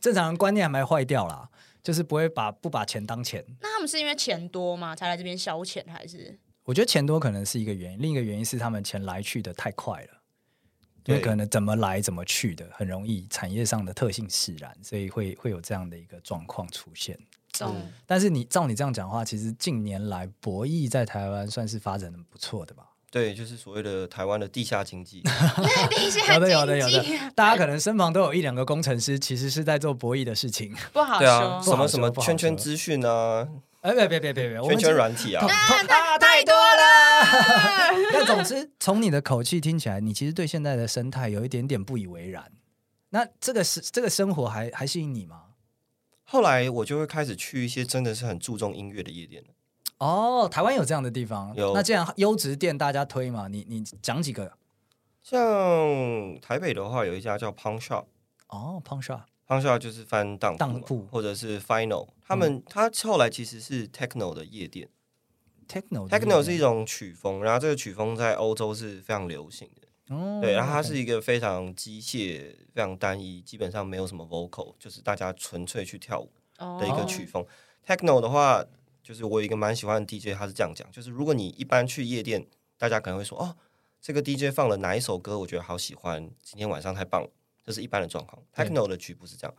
[SPEAKER 2] 正常人观念还没坏掉啦，就是不会把不把钱当钱。
[SPEAKER 3] 那他们是因为钱多吗？才来这边消遣，还是
[SPEAKER 2] 我觉得钱多可能是一个原因，另一个原因是他们钱来去的太快了，因
[SPEAKER 1] 对
[SPEAKER 2] 为可能怎么来怎么去的，很容易产业上的特性使然，所以会会有这样的一个状况出现。
[SPEAKER 3] 懂？
[SPEAKER 1] 嗯
[SPEAKER 2] 但是你照你这样讲的话，其实近年来博弈在台湾算是发展的不错的吧？
[SPEAKER 1] 对，就是所谓的台湾的地下经 济。
[SPEAKER 3] 地下
[SPEAKER 2] 有的有的有
[SPEAKER 3] 经济啊
[SPEAKER 2] 的，大家可能身旁都有一两个工程师，其实是在做博弈的事情。
[SPEAKER 3] 不好
[SPEAKER 1] 对啊，
[SPEAKER 3] 说。
[SPEAKER 1] 什么什么
[SPEAKER 2] 不好说
[SPEAKER 1] 圈圈资讯啊，
[SPEAKER 2] 哎，别别别别别，我们
[SPEAKER 1] 圈圈软体啊
[SPEAKER 2] 痛，痛啊，太多了。 但总之，从你的口气听起来，你其实对现在的生态有一点点不以为然。那这个是这个生活还还吸引你吗？
[SPEAKER 1] 后来我就会开始去一些真的是很注重音乐的夜店了
[SPEAKER 2] 哦，台湾有这样的地方。
[SPEAKER 1] 有
[SPEAKER 2] 那既然优质店大家推嘛，你你讲几个？
[SPEAKER 1] 像台北的话，有一家叫 Pong Shop。
[SPEAKER 2] 哦 p o n s h a
[SPEAKER 1] 方向就是翻当
[SPEAKER 2] 当铺嗯
[SPEAKER 1] 铺，或者是 Final，他们他后来其实是 Techno 的夜店
[SPEAKER 2] Techno 的
[SPEAKER 1] ，Techno 是一种曲风，然后这个曲风在欧洲是非常流行的，
[SPEAKER 2] 哦
[SPEAKER 1] 对，然后它是一个非常机械、非常单一，基本上没有什么 vocal，就是大家纯粹去跳舞
[SPEAKER 3] 哦
[SPEAKER 1] 的一个曲风。Techno 的话，就是我有一个蛮喜欢的 DJ，他是这样讲，就是如果你一般去夜店，大家可能会说哦，这个 DJ 放了哪一首歌，我觉得好喜欢，今天晚上太棒了，这是一般的状况。
[SPEAKER 2] 对
[SPEAKER 1] Techno 的局不是这样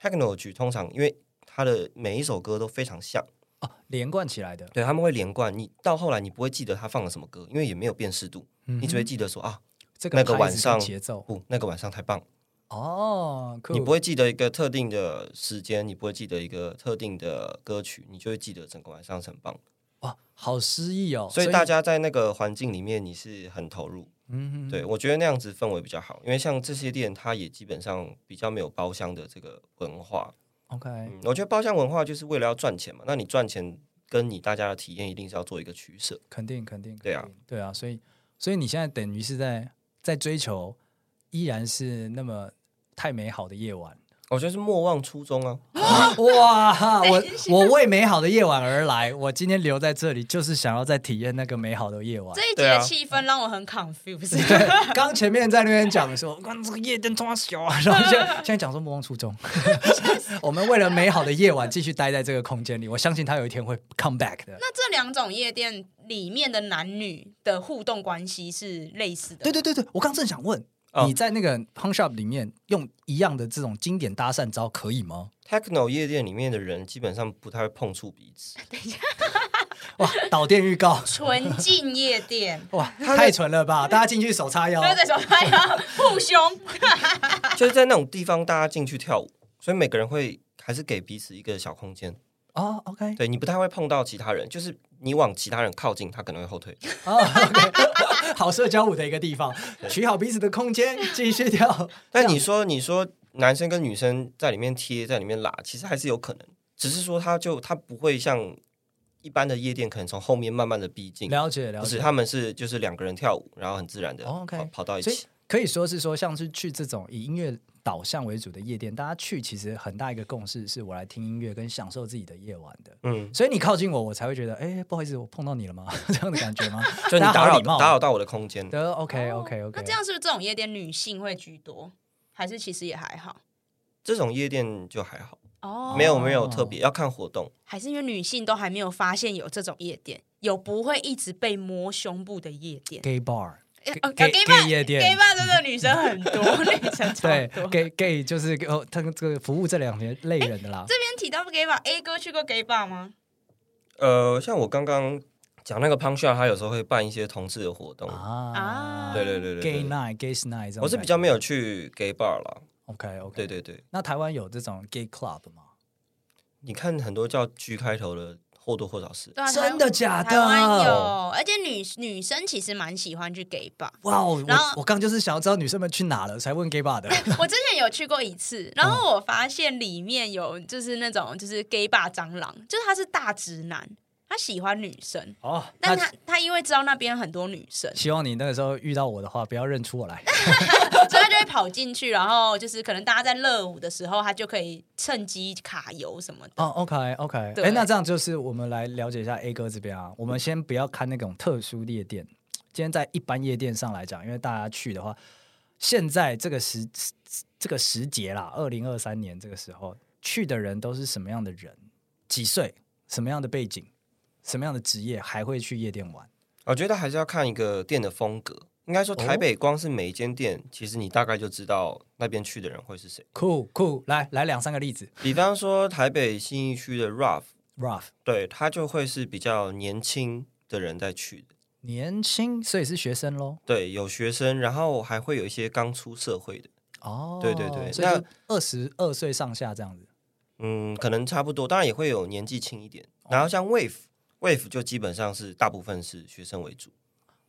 [SPEAKER 1] ，Techno 的局通常因为它的每一首歌都非常像，
[SPEAKER 2] 哦连贯起来的。
[SPEAKER 1] 对，他们会连贯，你到后来你不会记得他放了什么歌，因为也没有辨识度，
[SPEAKER 2] 嗯哼
[SPEAKER 1] 你只会记得说啊，
[SPEAKER 2] 这
[SPEAKER 1] 那个
[SPEAKER 2] 牌子
[SPEAKER 1] 晚
[SPEAKER 2] 跟
[SPEAKER 1] 上
[SPEAKER 2] 节奏
[SPEAKER 1] 不，那个晚上太棒了。
[SPEAKER 2] 哦，
[SPEAKER 1] 你
[SPEAKER 2] cool
[SPEAKER 1] 不会记得一个特定的时间，你不会记得一个特定的歌曲，你就会记得整个晚上是很棒。
[SPEAKER 2] 哇，好诗意哦。
[SPEAKER 1] 哦所以大家在那个环境里面，你是很投入。
[SPEAKER 2] 嗯哼
[SPEAKER 1] 对我觉得那样子氛围比较好，因为像这些店，它也基本上比较没有包厢的这个文化。
[SPEAKER 2] OK，
[SPEAKER 1] 嗯，我觉得包厢文化就是为了要赚钱嘛，那你赚钱跟你大家的体验一定是要做一个取舍。
[SPEAKER 2] 肯定肯定，
[SPEAKER 1] 对啊
[SPEAKER 2] 肯定，对啊，所以所以你现在等于是在在追求，依然是那么太美好的夜晚。
[SPEAKER 1] 我觉得是莫忘初衷啊。
[SPEAKER 2] 哇， 我我为美好的夜晚而来，我今天留在这里就是想要再体验那个美好的夜晚。
[SPEAKER 3] 这一集
[SPEAKER 1] 对
[SPEAKER 3] 的
[SPEAKER 1] 啊
[SPEAKER 3] 气氛让我很 confused。
[SPEAKER 2] 对，刚前面在那边讲说，哇，这个夜灯多小啊，然后现在现在讲说莫忘初衷， 我们为了美好的夜晚继续待在这个空间里，我相信他有一天会 come back 的。
[SPEAKER 3] 那这两种夜店里面的男女的互动关系是类似的吗，
[SPEAKER 2] 对对对对，我刚正想问，
[SPEAKER 1] 哦
[SPEAKER 2] 你在那个 p u n shop 里面用一样的这种经典搭讪招可以 吗？
[SPEAKER 1] Techno 夜店里面的人基本上不太会碰触彼此，
[SPEAKER 2] 哇，导电预告，。
[SPEAKER 3] 纯净夜店
[SPEAKER 2] 哇，太纯了吧！大家进去手叉腰
[SPEAKER 1] 哦
[SPEAKER 3] 不，要再说哎呀，互凶，
[SPEAKER 1] 就是在那种地方大家进去跳舞，所以每个人会还是给彼此一个小空间。
[SPEAKER 2] 哦，OK，
[SPEAKER 1] 对你不太会碰到其他人，就是你往其他人靠近，他可能会后退。
[SPEAKER 2] 哦，OK，好 社交舞的一个地方，取好彼此的空间，继续跳。
[SPEAKER 1] 但你说，你说男生跟女生在里面贴，在里面拉，其实还是有可能，只是说他就他不会像一般的夜店可能从后面慢慢的逼近，
[SPEAKER 2] 了解了
[SPEAKER 1] 不
[SPEAKER 2] 解
[SPEAKER 1] 是，。他们是就是两个人跳舞，然后很自然的跑、
[SPEAKER 2] 哦，OK
[SPEAKER 1] 跑到一
[SPEAKER 2] 所以
[SPEAKER 1] 起。
[SPEAKER 2] 可以说是说，像是去这种以音乐导向为主的夜店，大家去其实很大一个共识是我来听音乐跟享受自己的夜晚的。
[SPEAKER 1] 嗯，
[SPEAKER 2] 所以你靠近我，我才会觉得，哎、不好意思，我碰到你了吗？ 这样的感觉吗？
[SPEAKER 1] 就你
[SPEAKER 2] 大家
[SPEAKER 1] 打
[SPEAKER 2] 好
[SPEAKER 1] 扰
[SPEAKER 2] 礼貌
[SPEAKER 1] 打扰到我的空间，
[SPEAKER 2] 得 OK OK OK。
[SPEAKER 3] 哦那这样是不是这种夜店女性会居多，还是其实也还好？
[SPEAKER 1] 这种夜店就还好，
[SPEAKER 3] 哦
[SPEAKER 1] 没有没有特别，要看活动。
[SPEAKER 3] 还是因为女性都还没有发现有这种夜店，有不会一直被摸胸部的夜店
[SPEAKER 2] gay bar
[SPEAKER 3] 呃
[SPEAKER 2] gay-
[SPEAKER 3] 呃
[SPEAKER 2] gay-
[SPEAKER 3] gay
[SPEAKER 2] gay
[SPEAKER 3] bar-
[SPEAKER 2] 夜店
[SPEAKER 3] gay bar 真的女生很 多，女生超
[SPEAKER 2] 对
[SPEAKER 3] 多。
[SPEAKER 2] gay gay 就是哦，他这个服务这两边类人的啦。
[SPEAKER 3] 这边提到 gay bar，A 哥去过 gay bar 吗？
[SPEAKER 1] 呃，像我刚刚讲那个 Punch Out，他有时候会办一些同志的活动。
[SPEAKER 2] 啊
[SPEAKER 3] 啊
[SPEAKER 1] 哦对对对对
[SPEAKER 2] gay
[SPEAKER 1] 对
[SPEAKER 2] night gay night 这种
[SPEAKER 1] 我是比较没有去 gay bar 啦。
[SPEAKER 2] OK OK
[SPEAKER 1] 对。对对，
[SPEAKER 2] 那台湾有这种 gay club 吗？
[SPEAKER 1] 你看很多叫 G 开头的，或多或少是。
[SPEAKER 3] 对啊，
[SPEAKER 2] 真的假的
[SPEAKER 3] 台湾有，而且女女生其实蛮喜欢去 gay bar。
[SPEAKER 2] 哇哦，
[SPEAKER 3] 然后
[SPEAKER 2] 我我刚就是想要知道女生们去哪了，才问 gay bar 的。
[SPEAKER 3] 我之前有去过一次，然后我发现里面有就是那种就是 gay 吧蟑螂，就是他是大直男，他喜欢女生，
[SPEAKER 2] 哦，
[SPEAKER 3] 但
[SPEAKER 2] 那
[SPEAKER 3] 他他因为知道那边很多女 生，
[SPEAKER 2] 希望你那个时候遇到我的话，不要认出我来。
[SPEAKER 3] 所以他就会跑进去，然后就是可能大家在热舞的时候，他就可以趁机卡油什么的。
[SPEAKER 2] 哦，OK，OK、o k OK，
[SPEAKER 3] 对
[SPEAKER 2] 哎，那这样就是我们来了解一下 A 哥这边啊。我们先不要看那种特殊夜店，今天在一般夜店上来讲，因为大家去的话，现在这个时这个时节啦，二零二三年这个时候去的人都是什么样的人？几岁？什么样的背景？什么样的职业还会去夜店玩？
[SPEAKER 1] 我觉得还是要看一个店的风格。应该说，
[SPEAKER 2] 哦
[SPEAKER 1] 台北光是每一间店，其实你大概就知道那边去的人会是谁。
[SPEAKER 2] 酷酷，来来两三个例子
[SPEAKER 1] 比方说，台北信义区的 Rough，
[SPEAKER 2] ，Rough，
[SPEAKER 1] 对，他就会是比较年轻的人在去的。
[SPEAKER 2] 年轻，所以是学生喽。
[SPEAKER 1] 对，有学生，然后还会有一些刚出社会的，
[SPEAKER 2] 哦，
[SPEAKER 1] 对对对
[SPEAKER 2] 所以
[SPEAKER 1] 那
[SPEAKER 2] 就二十二岁上下这样子。
[SPEAKER 1] 嗯，可能差不多，当然也会有年纪轻一点。然
[SPEAKER 2] 哦
[SPEAKER 1] 后像 Wave，Wave 就基本上是大部分是学生为主。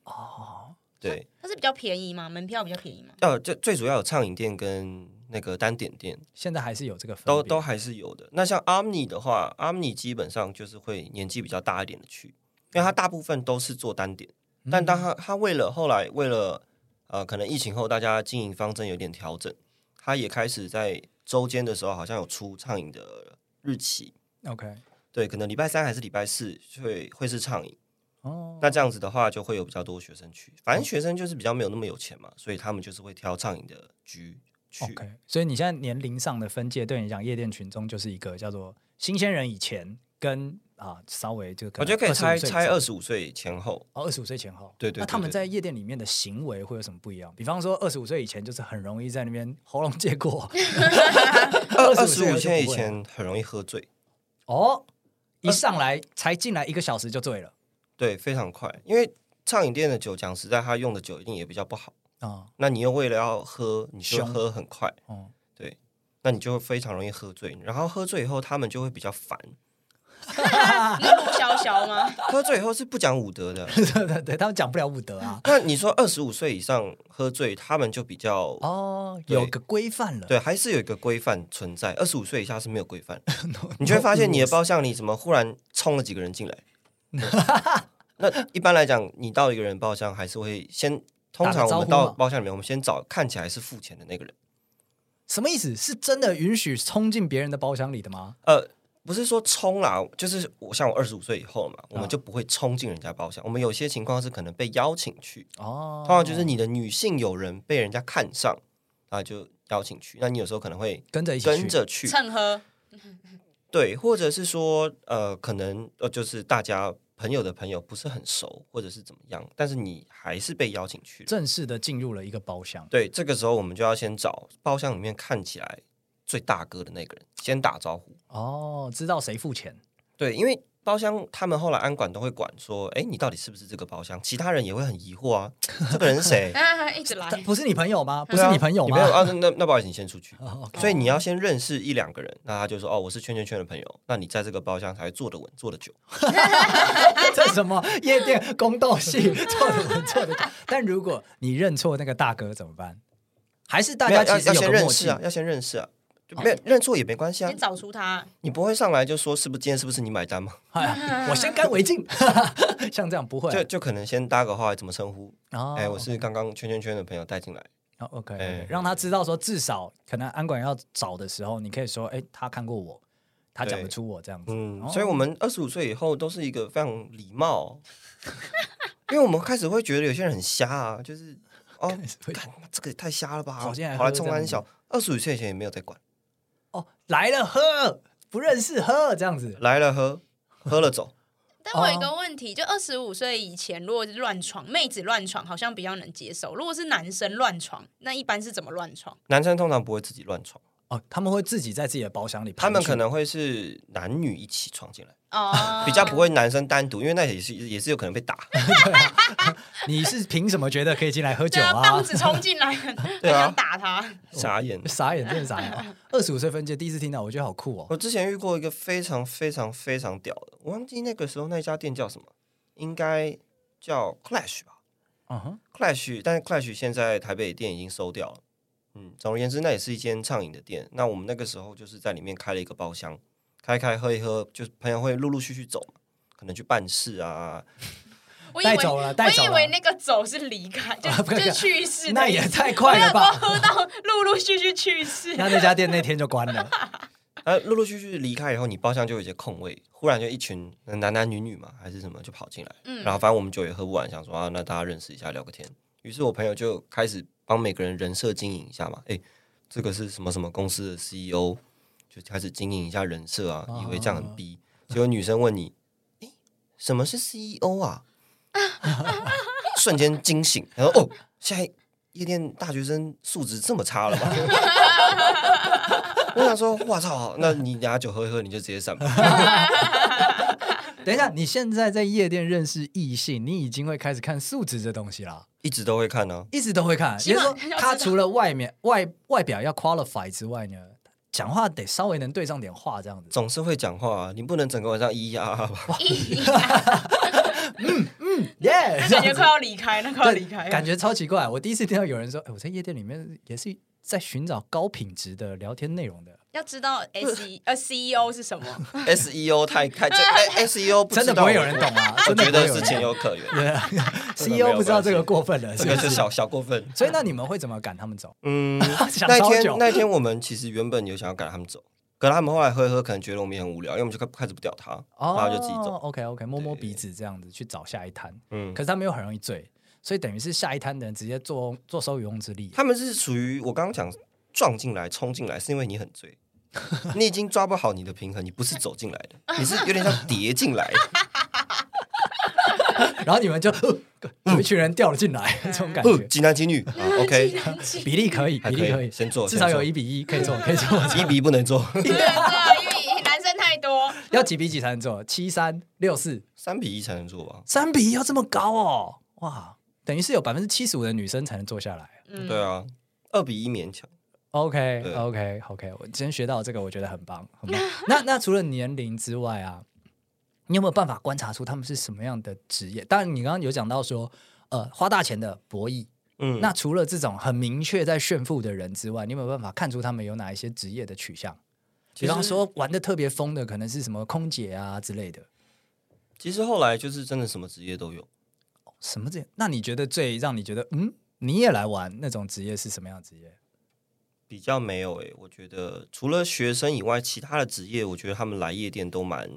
[SPEAKER 2] 哦，
[SPEAKER 1] 对，
[SPEAKER 3] 它是比较便宜吗？门票比较便宜吗？
[SPEAKER 1] 要最最主要有畅饮店跟那个单点店，
[SPEAKER 2] 现在还是有这个分
[SPEAKER 1] 都
[SPEAKER 2] 别
[SPEAKER 1] 都还是有的。那像 Omni 的话，Omni 基本上就是会年纪比较大一点的去，因为他大部分都是做单点，
[SPEAKER 2] 嗯
[SPEAKER 1] 但当他他为了后来为了呃可能疫情后大家经营方针有点调整，他也开始在周间的时候好像有出畅饮的日期，
[SPEAKER 2] OK。
[SPEAKER 1] 对，可能礼拜三还是礼拜四会会是畅饮。
[SPEAKER 2] 哦，
[SPEAKER 1] 那这样子的话，就会有比较多学生去。反正学生就是比较没有那么有钱嘛，所以他们就是会挑畅饮的局去。
[SPEAKER 2] OK，所以你现在年龄上的分界，对你讲夜店群中就是一个叫做新鲜人以前跟啊稍微就
[SPEAKER 1] 我觉得可以拆拆二
[SPEAKER 2] 十
[SPEAKER 1] 十五岁前后，
[SPEAKER 2] 哦二十五岁前后，
[SPEAKER 1] 对对
[SPEAKER 2] 那
[SPEAKER 1] 对
[SPEAKER 2] 他们
[SPEAKER 1] 对
[SPEAKER 2] 在夜店里面的行为会有什么不一样？比方说二十五岁以前就是很容易在那边喉咙 借过，
[SPEAKER 1] 二
[SPEAKER 2] 25
[SPEAKER 1] 二
[SPEAKER 2] 岁
[SPEAKER 1] 十
[SPEAKER 2] 就
[SPEAKER 1] 五
[SPEAKER 2] 不
[SPEAKER 1] 岁以
[SPEAKER 2] 会
[SPEAKER 1] 前很容易喝醉，
[SPEAKER 2] 哦，一上来才进来一个小时就醉了
[SPEAKER 1] 对，非常快。因为畅饮店的酒，讲实在，他用的酒一定也比较不好。
[SPEAKER 2] 啊，
[SPEAKER 1] 那你又为了要喝，你就
[SPEAKER 2] 凶
[SPEAKER 1] 喝很快，
[SPEAKER 2] 哦，。
[SPEAKER 1] 对，那你就会非常容易喝醉。然后喝醉以后，他们就会比较烦。
[SPEAKER 3] 你是陆潇潇吗？
[SPEAKER 1] 喝醉以后是不讲武德的
[SPEAKER 2] 对对对，他们讲不了武德啊，
[SPEAKER 1] 那你说二十五岁以上喝醉，他们就比较
[SPEAKER 2] 哦，
[SPEAKER 1] 对
[SPEAKER 2] 有个规范了，
[SPEAKER 1] 对，还是有一个规范存在。二十五岁以下是没有规 范，你就会发现你的包厢里怎么忽然冲了几个人 进来。那一般来讲，你到一个人包厢，还是会先通
[SPEAKER 2] 打
[SPEAKER 1] 常
[SPEAKER 2] 个
[SPEAKER 1] 我
[SPEAKER 2] 招
[SPEAKER 1] 们
[SPEAKER 2] 呼
[SPEAKER 1] 到
[SPEAKER 2] 嘛
[SPEAKER 1] 包厢里面，我们先找看起来是付钱的那个人。
[SPEAKER 2] 什么意思？是真的允许冲进别人的包厢里的吗？
[SPEAKER 1] 呃，不是说冲啦，就是我像我二十五岁以后嘛，
[SPEAKER 2] 嗯
[SPEAKER 1] 我们就不会冲进人家包厢。我们有些情况是可能被邀请去，
[SPEAKER 2] 哦，
[SPEAKER 1] 通常就是你的女性友人被人家看上，啊就邀请去。那你有时候可能会
[SPEAKER 2] 跟着一起 去
[SPEAKER 1] 跟着去，
[SPEAKER 3] 趁喝？
[SPEAKER 1] 对，或者是说，呃，可能呃，就是大家朋友的朋友不是很熟，或者是怎么样，但是你还是被邀请去了。
[SPEAKER 2] 正式的进入了一个包厢。
[SPEAKER 1] 对，这个时候我们就要先找包厢里面看起来最大哥的那个人，先打招呼。
[SPEAKER 2] 哦，知道谁付钱
[SPEAKER 1] 对，因为包厢他们后来安管都会管说，哎，你到底是不是这个包厢？其他人也会很疑惑啊，这个人是谁
[SPEAKER 3] 啊，一直来。
[SPEAKER 2] 但不是你朋友 吗？不
[SPEAKER 1] 对
[SPEAKER 2] 是
[SPEAKER 1] 啊
[SPEAKER 2] 你朋友
[SPEAKER 1] 你
[SPEAKER 2] 吗
[SPEAKER 1] 朋？友啊，那那那不好意思，你先出去。
[SPEAKER 2] 哦，OK
[SPEAKER 1] 所以你要先认识一两个人，那他就说哦，我是圈圈圈的朋友，那你在这个包厢才会坐得稳，坐得久。
[SPEAKER 2] 这是什么夜店宫斗戏？错的我错的。 但如果你认错那个大哥怎么办？还是大
[SPEAKER 1] 没有
[SPEAKER 2] 家其
[SPEAKER 1] 要要
[SPEAKER 2] 实有
[SPEAKER 1] 先
[SPEAKER 2] 个
[SPEAKER 1] 认
[SPEAKER 2] 默
[SPEAKER 1] 识
[SPEAKER 2] 契哦
[SPEAKER 1] 啊，要先认识啊。就没有认错也没关系啊
[SPEAKER 3] 先，找出他，
[SPEAKER 1] 你不会上来就说是不是今天是不是你买单吗？啊
[SPEAKER 2] 哎，我先干为敬， 像这样不会
[SPEAKER 1] 就就可能先搭个话怎么称呼？
[SPEAKER 2] 啊。
[SPEAKER 1] 哎，我是刚刚圈圈圈的朋友带进来，
[SPEAKER 2] 哦 OK，
[SPEAKER 1] 哎
[SPEAKER 2] 让他知道说，至少可能安管要找的时候，你可以说，哎，他看过我，他讲得
[SPEAKER 1] 对
[SPEAKER 2] 出我这样子。
[SPEAKER 1] 嗯
[SPEAKER 2] 哦，
[SPEAKER 1] 所以我 们二十五岁以后都是一个非常礼貌，因为我们开始会觉得有些人很瞎啊，就是哦，干这个也太瞎了吧，
[SPEAKER 2] 好
[SPEAKER 1] 跑
[SPEAKER 2] 现在还
[SPEAKER 1] 来
[SPEAKER 2] 会
[SPEAKER 1] 冲
[SPEAKER 2] 这样
[SPEAKER 1] 安
[SPEAKER 2] 子
[SPEAKER 1] 小，二十五岁以前也没有在管，
[SPEAKER 2] 哦，来了喝，不认识喝这样子。
[SPEAKER 1] 来了喝，喝了走，
[SPEAKER 3] 但我有一个问题，就二十五岁以前，如果是乱闯，妹子乱闯好像比较能接受。如果是男生乱闯，那一般是怎么乱闯？
[SPEAKER 1] 男生通常不会自己乱闯，
[SPEAKER 2] 哦，他们会自己在自己的包厢里
[SPEAKER 1] 他
[SPEAKER 2] 盘踞，
[SPEAKER 1] 们可能会是男女一起闯进来，
[SPEAKER 3] 哦
[SPEAKER 1] 比较不会男生单独，因为那也是也是有可能被打。
[SPEAKER 2] 你是凭什么觉得可以进来喝酒
[SPEAKER 3] 对啊，
[SPEAKER 2] 啊。
[SPEAKER 3] 棒？子冲进来，很
[SPEAKER 1] 对啊
[SPEAKER 3] 想打他。
[SPEAKER 1] 傻眼
[SPEAKER 2] 傻眼，真的傻眼。 二十五岁分界第一次听到，我觉得好酷 哦。
[SPEAKER 1] 我之前遇过一个非常非常非常屌的，我忘记那个时候那家店叫什么，应该叫 Clash 吧
[SPEAKER 2] 嗯哼，
[SPEAKER 1] ，Clash，但是 Clash 现在台北店已经收掉了。嗯，总而言之，那也是一间畅饮的店。那我们那个时候就是在里面开了一个包厢，开开喝一喝，就是朋友会陆陆续续走嘛，可能去办事啊，
[SPEAKER 3] 我以
[SPEAKER 2] 带
[SPEAKER 3] 为
[SPEAKER 2] 走了带
[SPEAKER 3] 我
[SPEAKER 2] 走了
[SPEAKER 3] 以为那个走是离开，就
[SPEAKER 2] 啊不可以
[SPEAKER 3] 就去世的意思。
[SPEAKER 2] 那也太快了吧
[SPEAKER 3] 我想说喝到陆陆续续去世。
[SPEAKER 2] 那那家店那天就关了。
[SPEAKER 1] 呃，陆陆续续离开以后，你包厢就有一些空位，忽然就一群男男女女嘛，还是什么，就跑进来。
[SPEAKER 3] 嗯
[SPEAKER 1] 然后反正我们酒也喝不完，想说啊，那大家认识一下，聊个天。于是我朋友就开始帮每个人人设经营一下嘛，诶，这个是什么什么公司的 CEO，就开始经营一下人设啊，以为这样很逼。结果女生问你，诶，什么是 CEO 啊？瞬间惊醒，然后哦，现在夜店大学生素质这么差了吗？我想说，我操，那你等下酒喝一喝，你就直接散吧。
[SPEAKER 2] 等一下，你现在在夜店认识异性，你已经会开始看素质这东西啦，
[SPEAKER 1] 一直都会看啊呢、
[SPEAKER 2] 一直都会看。
[SPEAKER 3] 起
[SPEAKER 2] 也
[SPEAKER 3] 码
[SPEAKER 2] 就是说
[SPEAKER 3] 要知，道
[SPEAKER 2] 他除了外面外外表要 qualify 之外呢，讲话得稍微能对上点话，这样子。
[SPEAKER 1] 总是会讲话、啊，你不能整个晚上咿咿呀呀吧？
[SPEAKER 2] 耶、
[SPEAKER 3] 那
[SPEAKER 2] 这样
[SPEAKER 3] 感
[SPEAKER 2] 子
[SPEAKER 3] 觉快要离开，那快要
[SPEAKER 2] 对
[SPEAKER 3] 离开，
[SPEAKER 2] 感觉超奇怪。我第一次听到有人说，哎、我在夜店里面也是在寻找高品质的聊天内容的，
[SPEAKER 3] 要知道 S 呃 CEO 是什么。
[SPEAKER 1] SEO E 太开，这哎 SEO 不知道
[SPEAKER 2] 真的不会有人懂啊，
[SPEAKER 1] 我
[SPEAKER 2] 真的
[SPEAKER 1] 觉
[SPEAKER 2] 不会
[SPEAKER 1] 得
[SPEAKER 2] 有
[SPEAKER 1] 是
[SPEAKER 2] 人
[SPEAKER 1] 情
[SPEAKER 2] 懂。
[SPEAKER 1] 有可原，
[SPEAKER 2] 对啊 CEO 不知道这个过分了，
[SPEAKER 1] 这
[SPEAKER 2] 是不
[SPEAKER 1] 个是
[SPEAKER 2] 是？
[SPEAKER 1] 小小过分。
[SPEAKER 2] 所以那你们会怎么赶他们走？
[SPEAKER 1] 嗯，
[SPEAKER 2] 想
[SPEAKER 1] 那
[SPEAKER 2] 超
[SPEAKER 1] 天
[SPEAKER 2] 久
[SPEAKER 1] 那天我们其实原本有想要赶他们走，可他们后来喝一喝，可能觉得我们也很无聊，因为我们就开开始不屌他，然后就自己走。
[SPEAKER 2] OK OK，摸哦摸
[SPEAKER 1] 对
[SPEAKER 2] 鼻子这样子去找下一摊，
[SPEAKER 1] 嗯
[SPEAKER 2] 可，是他们又很容易醉，所以等于是下一摊的人直接坐坐收渔翁之利。
[SPEAKER 1] 他们是属于我刚刚讲撞进来、冲进来，是因为你很 醉，你已经抓不好你的平衡，你不是走进来的，你是有点像叠进来的。
[SPEAKER 2] 然后你们就呃
[SPEAKER 1] 嗯
[SPEAKER 2] 有一群人掉了进来，
[SPEAKER 3] 嗯
[SPEAKER 2] 这种感
[SPEAKER 1] 不，
[SPEAKER 2] 觉。
[SPEAKER 1] 几男几女啊，OK，
[SPEAKER 2] 比例可以，
[SPEAKER 1] 还
[SPEAKER 2] 比例
[SPEAKER 1] 可
[SPEAKER 2] 可
[SPEAKER 1] 以
[SPEAKER 2] 以，
[SPEAKER 1] 先做
[SPEAKER 2] 至少
[SPEAKER 1] 先做
[SPEAKER 2] 有一比一，可以做，可以做。
[SPEAKER 1] 一比一不能做，
[SPEAKER 3] 对对，因为男生太多，
[SPEAKER 2] 要几比几才能做？七三六四，
[SPEAKER 1] 三比一才能做吧？
[SPEAKER 2] 三比一要这么高哦！哇，等于是有百分之七十五的女生才能坐下来。
[SPEAKER 3] 嗯
[SPEAKER 1] 对啊，二比一勉强。
[SPEAKER 2] OK
[SPEAKER 1] 对
[SPEAKER 2] OK OK，我今天学到这个，我觉得很棒，很棒。那那除了年龄之外啊，你有没有办法观察出他们是什么样的职业？当然，你刚刚有讲到说，呃，花大钱的博弈。
[SPEAKER 1] 嗯，
[SPEAKER 2] 那除了这种很明确在炫富的人之外，你有没有办法看出他们有哪一些职业的取向？
[SPEAKER 1] 其
[SPEAKER 2] 比
[SPEAKER 1] 实
[SPEAKER 2] 方说玩的特别疯的，可能是什么空姐啊之类的。
[SPEAKER 1] 其实后来就是真的什么职业都有。
[SPEAKER 2] 什么职业？那你觉得最让你觉得嗯，你也来玩那种职业是什么样的职业？
[SPEAKER 1] 比较没有诶、我觉得除了学生以外，其他的职业，我觉得他们来夜店都蛮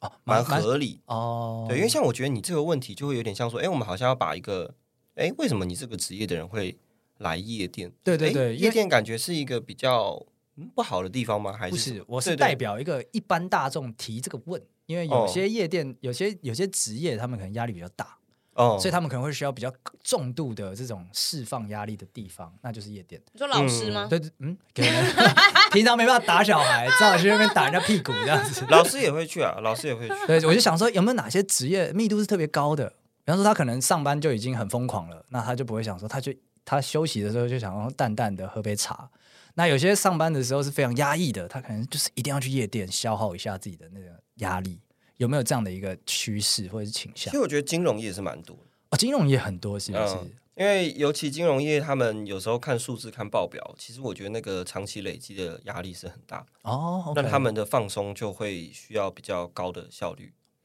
[SPEAKER 2] 哦，
[SPEAKER 1] 蛮合理。
[SPEAKER 2] 哦，
[SPEAKER 1] 对，因为像我觉得你这个问题就会有点像说，哎、我们好像要把一个，哎、为什么你这个职业的人会来夜店？
[SPEAKER 2] 对对对
[SPEAKER 1] 诶
[SPEAKER 2] 因为
[SPEAKER 1] 夜店感觉是一个比较嗯不好的地方吗？还
[SPEAKER 2] 不
[SPEAKER 1] 是什
[SPEAKER 2] 是
[SPEAKER 1] 么，
[SPEAKER 2] 我是
[SPEAKER 1] 对对
[SPEAKER 2] 代表一个一般大众提这个问，因为有
[SPEAKER 1] 哦
[SPEAKER 2] 些夜店、有些有些职业，他们可能压力比较大，
[SPEAKER 1] 哦，
[SPEAKER 2] 所以他们可能会需要比较重度的这种释放压力的地方，那就是夜店。
[SPEAKER 3] 你说老师吗？
[SPEAKER 2] 对，对嗯，给人 平常没办法打小孩，只好去那边打人家屁股这样子。
[SPEAKER 1] 老师也会去啊，老师也 会去。
[SPEAKER 2] 对，我就想说有没有哪些职业密度是特别高的？比方说他可能上班就已经很疯狂了，那他就不会想说，他就他休息的时候就想要淡淡的喝杯茶。那有些上班的时候是非常压抑的，他可能就是一定要去夜店消耗一下自己的那个压力。有没有这样的一个趋势或者是倾
[SPEAKER 1] 其
[SPEAKER 2] 向
[SPEAKER 1] 实？我觉得金融业是蛮多的，
[SPEAKER 2] 哦，金融也很多，是不是？
[SPEAKER 1] 嗯因为尤其金融业，他们有时候看数字、看报表，其实我觉得那个长期累积的压力是很大，
[SPEAKER 2] 哦，OK，
[SPEAKER 1] 那他们的放松就会需要比较高的效率，